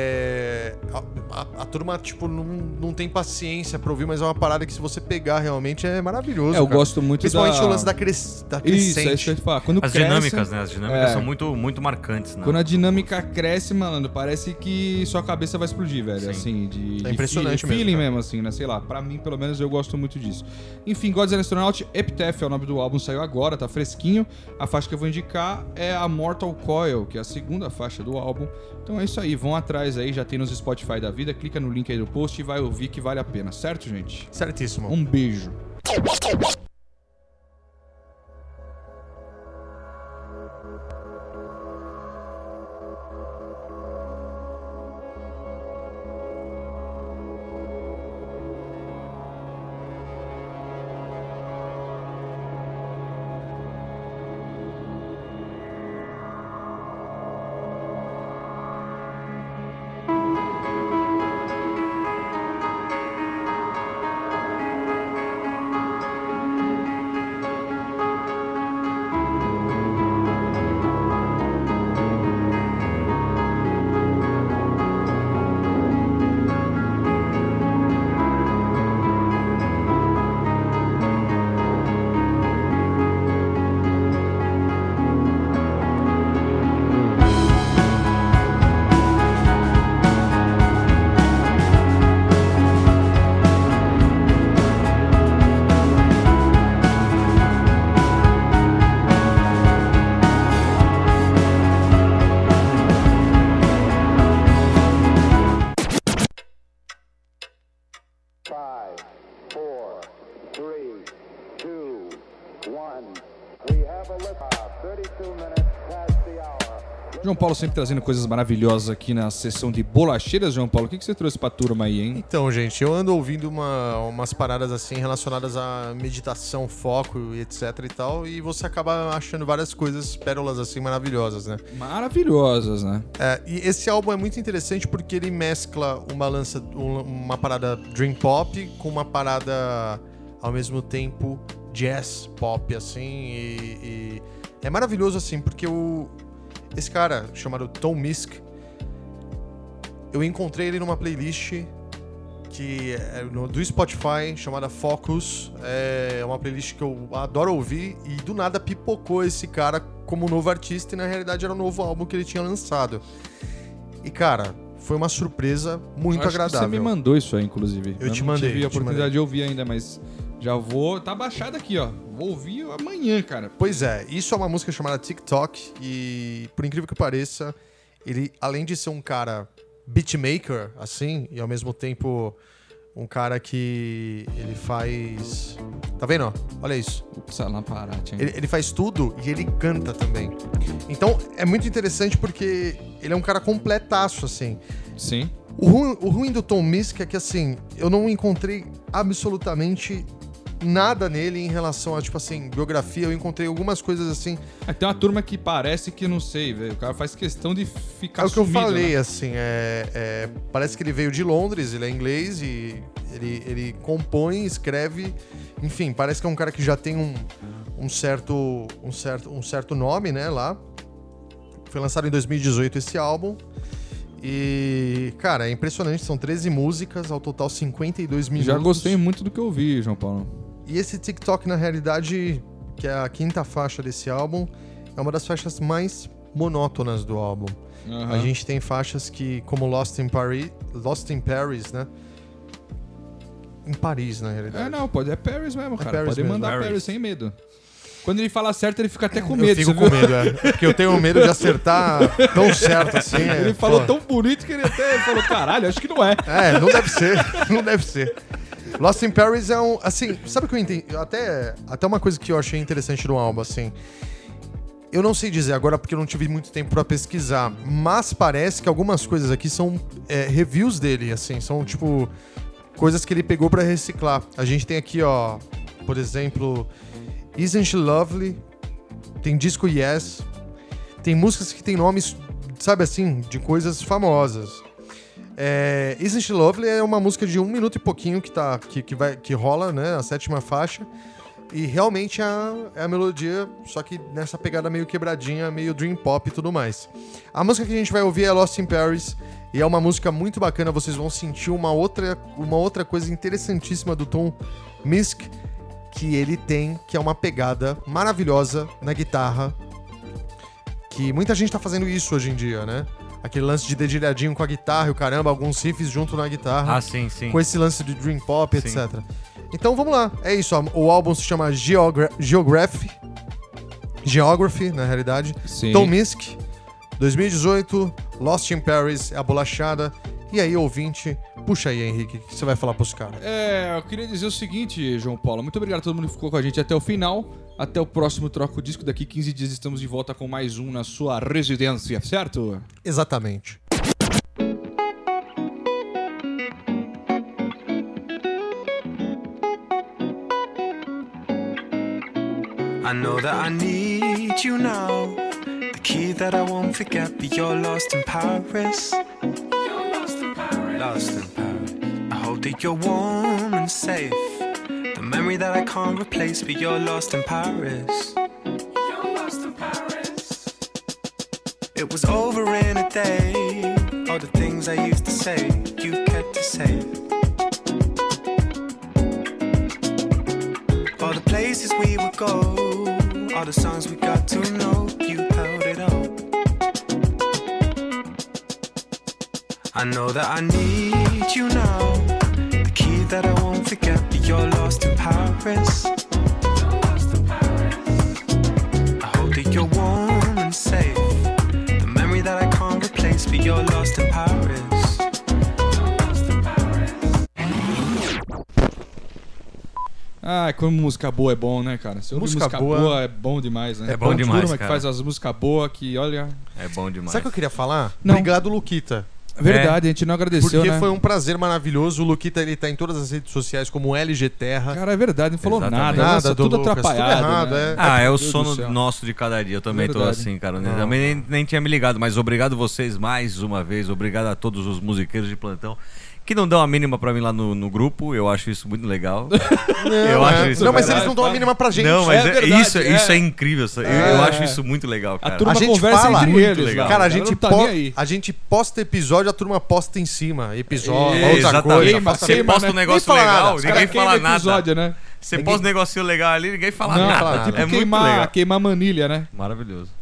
A: é, a, a- a turma, tipo, não, não tem paciência pra ouvir, mas é uma parada que se você pegar realmente é maravilhoso.
B: É, eu
A: cara.
B: gosto muito
A: Principalmente
B: da...
A: o lance da, cres, da
B: Isso,
A: crescente.
B: é isso que eu ia te falar. Quando
C: As
B: cresce-
C: dinâmicas, né? As dinâmicas
B: É.
C: são muito, muito marcantes, né?
B: Quando a dinâmica cresce, malandro, parece que sua cabeça vai explodir, velho.
C: Sim.
B: Assim, de, de
A: É impressionante
B: fe-
A: mesmo,
B: feeling
A: cara.
B: mesmo, assim, né? Sei lá, pra mim, pelo menos, eu gosto muito disso. Enfim, Godzilla Astronaut, Epitaph é o nome do álbum, saiu agora, tá fresquinho. A faixa que eu vou indicar é a Mortal Coil, que é a segunda faixa do álbum. Então é isso aí, vão atrás aí, já tem nos Spotify da vida, clica no link aí do post e vai ouvir que vale a pena, certo, gente?
A: Certíssimo.
B: Um beijo.
G: Five, four, three, two, one. We have a liftoff. 32 minutes past the hour.
B: João Paulo sempre trazendo coisas maravilhosas aqui na sessão de bolacheiras, João Paulo. O que, que você trouxe pra turma aí, hein?
A: Então, gente, eu ando ouvindo uma- umas paradas assim relacionadas à meditação, foco e etc e tal, e você acaba achando várias coisas, pérolas assim maravilhosas, né?
B: Maravilhosas, né?
A: É, e esse álbum é muito interessante porque ele mescla uma lança, um- uma parada dream pop com uma parada ao mesmo tempo jazz pop, assim, e, e é maravilhoso assim porque o esse cara chamado Tom Misk, eu encontrei ele numa playlist que é no- do Spotify chamada Focus. É uma playlist que eu adoro ouvir e do nada pipocou esse cara como novo artista e na realidade era o novo álbum que ele tinha lançado. E cara, foi uma surpresa muito
B: Acho que
A: agradável.
B: você me mandou isso aí, inclusive.
A: Eu te
B: não
A: mandei,
B: tive
A: eu
B: a
A: te
B: oportunidade
A: mandei.
B: de ouvir ainda, mas já vou. Tá baixado aqui, ó. Vou ouvir amanhã, cara.
A: Pois é, isso é uma música chamada TikTok e, por incrível que pareça, ele, além de ser um cara beatmaker, assim, e ao mesmo tempo um cara que ele faz... Tá vendo? ó? Olha isso.
B: Ups, lá parate, hein?
A: Ele, ele faz tudo e ele canta também. Então, é muito interessante porque ele é um cara completaço, assim.
B: Sim.
A: O ruim, o ruim do Tom Misk é que, assim, eu não encontrei absolutamente nada nele em relação a, tipo assim, biografia. Eu encontrei algumas coisas, assim,
B: É, tem uma turma que parece que não sei, velho. O cara faz questão de ficar
A: É o que eu
B: sumido,
A: falei,
B: né?
A: assim, é, é, parece que ele veio de Londres, ele é inglês e ele, ele compõe, escreve, enfim, parece que é um cara que já tem um, um certo, um, certo, um certo nome, né, lá. Foi lançado em 2018 esse álbum E, cara, é impressionante, são 13 músicas, ao total 52 minutos.
B: Já gostei muito do que eu vi, João Paulo.
A: E esse TikTok, na realidade, que é a quinta faixa desse álbum, é uma das faixas mais monótonas do álbum. A gente tem faixas que, como Lost in Paris, Lost in Paris, né? Em Paris, na realidade.
B: É, não, pode. É Paris mesmo, cara.
A: Paris
B: pode
A: mesmo.
B: mandar
C: Paris.
B: Paris. sem medo. Quando ele fala certo, ele fica até com medo.
A: eu fico com
B: você viu?
A: medo, é. É Porque eu tenho medo de acertar tão
B: *laughs*
A: certo assim. é,
B: Ele falou
A: pô.
B: tão bonito que ele até falou, caralho, acho que não é.
A: É, não deve ser. Não deve ser. Lost in Paris é um. Assim, sabe o que eu entendi? Até, até uma coisa que eu achei interessante no álbum, assim. Eu não sei dizer agora porque eu não tive muito tempo pra pesquisar, mas parece que algumas coisas aqui são é, reviews dele, assim, são tipo coisas que ele pegou pra reciclar. A gente tem aqui, ó, por exemplo, Isn't She Lovely? Tem disco Yes. Tem músicas que tem nomes, sabe assim, de coisas famosas. É, Isn't She Lovely é uma música de um minuto e pouquinho que, tá, que, que, vai, que rola, né? A sétima faixa. E realmente é a, é a melodia, só que nessa pegada meio quebradinha, meio dream pop e tudo mais. A música que a gente vai ouvir é Lost in Paris, e é uma música muito bacana, vocês vão sentir uma outra, uma outra coisa interessantíssima do Tom Misk que ele tem, que é uma pegada maravilhosa na guitarra, que muita gente tá fazendo isso hoje em dia, né? Aquele lance de dedilhadinho com a guitarra e o caramba, alguns riffs junto na guitarra
C: Ah, sim, sim.
A: com esse lance do Dream Pop,
C: Sim.
A: etc. Então vamos lá, é isso. ó. O álbum se chama Geogra Geography. Geography, na realidade.
B: Sim.
A: Tom Misk, 2018, Lost in Paris, é a bolachada. E aí, ouvinte, puxa aí, Henrique, o que você vai falar pros caras?
B: É, eu queria dizer o seguinte, João Paulo. Muito obrigado a todo mundo que ficou com a gente até o final. Até o próximo Troco Disco. Daqui 15 dias estamos de volta com mais um na sua residência, certo?
A: Exatamente.
F: I know that I need you now. The key that I won't forget, but you're lost in Paris. You're lost in Paris. Lost in Paris. I hope that you're warm and safe. The memory that I can't replace, but you're lost in Paris. You're lost in Paris. It was over in a day. All the things I used to say, you kept to say. All the places we would go, all the songs we got to know, you held it all. I know that I need you now. The key that I won't forget, but you're lost in Paris. I hope that you're warm and safe. The memory that I can't replace, but you're lost in Paris.
B: Ah, como música boa é bom, né, cara? Se ouvir
A: Música
B: música,
A: boa-
B: boa... é bom demais, né?
C: É bom demais,
B: turma
C: cara.
B: que faz as músicas boas que, olha...
C: É bom demais.
A: Sabe o que eu queria falar?
B: Não.
A: Obrigado, Luquita.
B: Verdade, a gente não agradeceu,
A: Porque
B: né?
A: foi um prazer maravilhoso. O Luquita ele tá em todas as redes sociais como LG Terra.
B: Cara, é verdade, não falou
C: Exatamente.
B: nada. né?
A: Nada
B: Nossa,
A: do
B: tudo
A: Lucas, tudo
B: atrapalhado,
A: errado,
B: né?
A: é.
C: Ah, é o
B: Deus do
C: sono
B: céu.
C: nosso de cada dia. Eu também tô
B: Verdade.
C: assim, cara. né? Também nem, nem tinha me ligado, mas obrigado vocês mais uma vez. Obrigado a todos os musiqueiros de plantão que não dão a mínima pra mim lá no, no grupo. Eu acho isso
B: *laughs*
C: muito legal.
A: Não, né?
C: eu acho isso
A: Não, mas
C: verdade.
A: eles não dão a mínima pra gente.
C: não, mas
B: é
C: é-
B: verdade,
C: isso,
B: é.
C: isso é incrível. isso- Eu, eu
B: É.
C: acho isso muito legal,
B: A
C: cara.
B: turma
A: A gente
B: conversa
A: fala.
B: entre
A: Muito
B: eles,
C: legal.
B: lá,
A: Cara, a
B: galera
A: gente,
B: não tá
A: po-
B: nem aí.
A: a gente posta episódio, a turma posta em cima. Episódio,
B: É,
A: outra
C: exatamente.
A: coisa.
B: Queima,
A: posta-
C: Você
B: queima,
C: posta
B: né?
C: um negócio
A: Nem fala
C: legal,
A: nada. Os
B: Os caras
C: ninguém fala
B: queimam
C: nada.
B: episódio, né?
C: Você posta um negocinho legal ali, ninguém fala
B: não,
C: nada.
A: fala nada.
B: tipo
C: É muito
B: queimar,
C: legal.
B: queimar manilha, né?
C: Maravilhoso.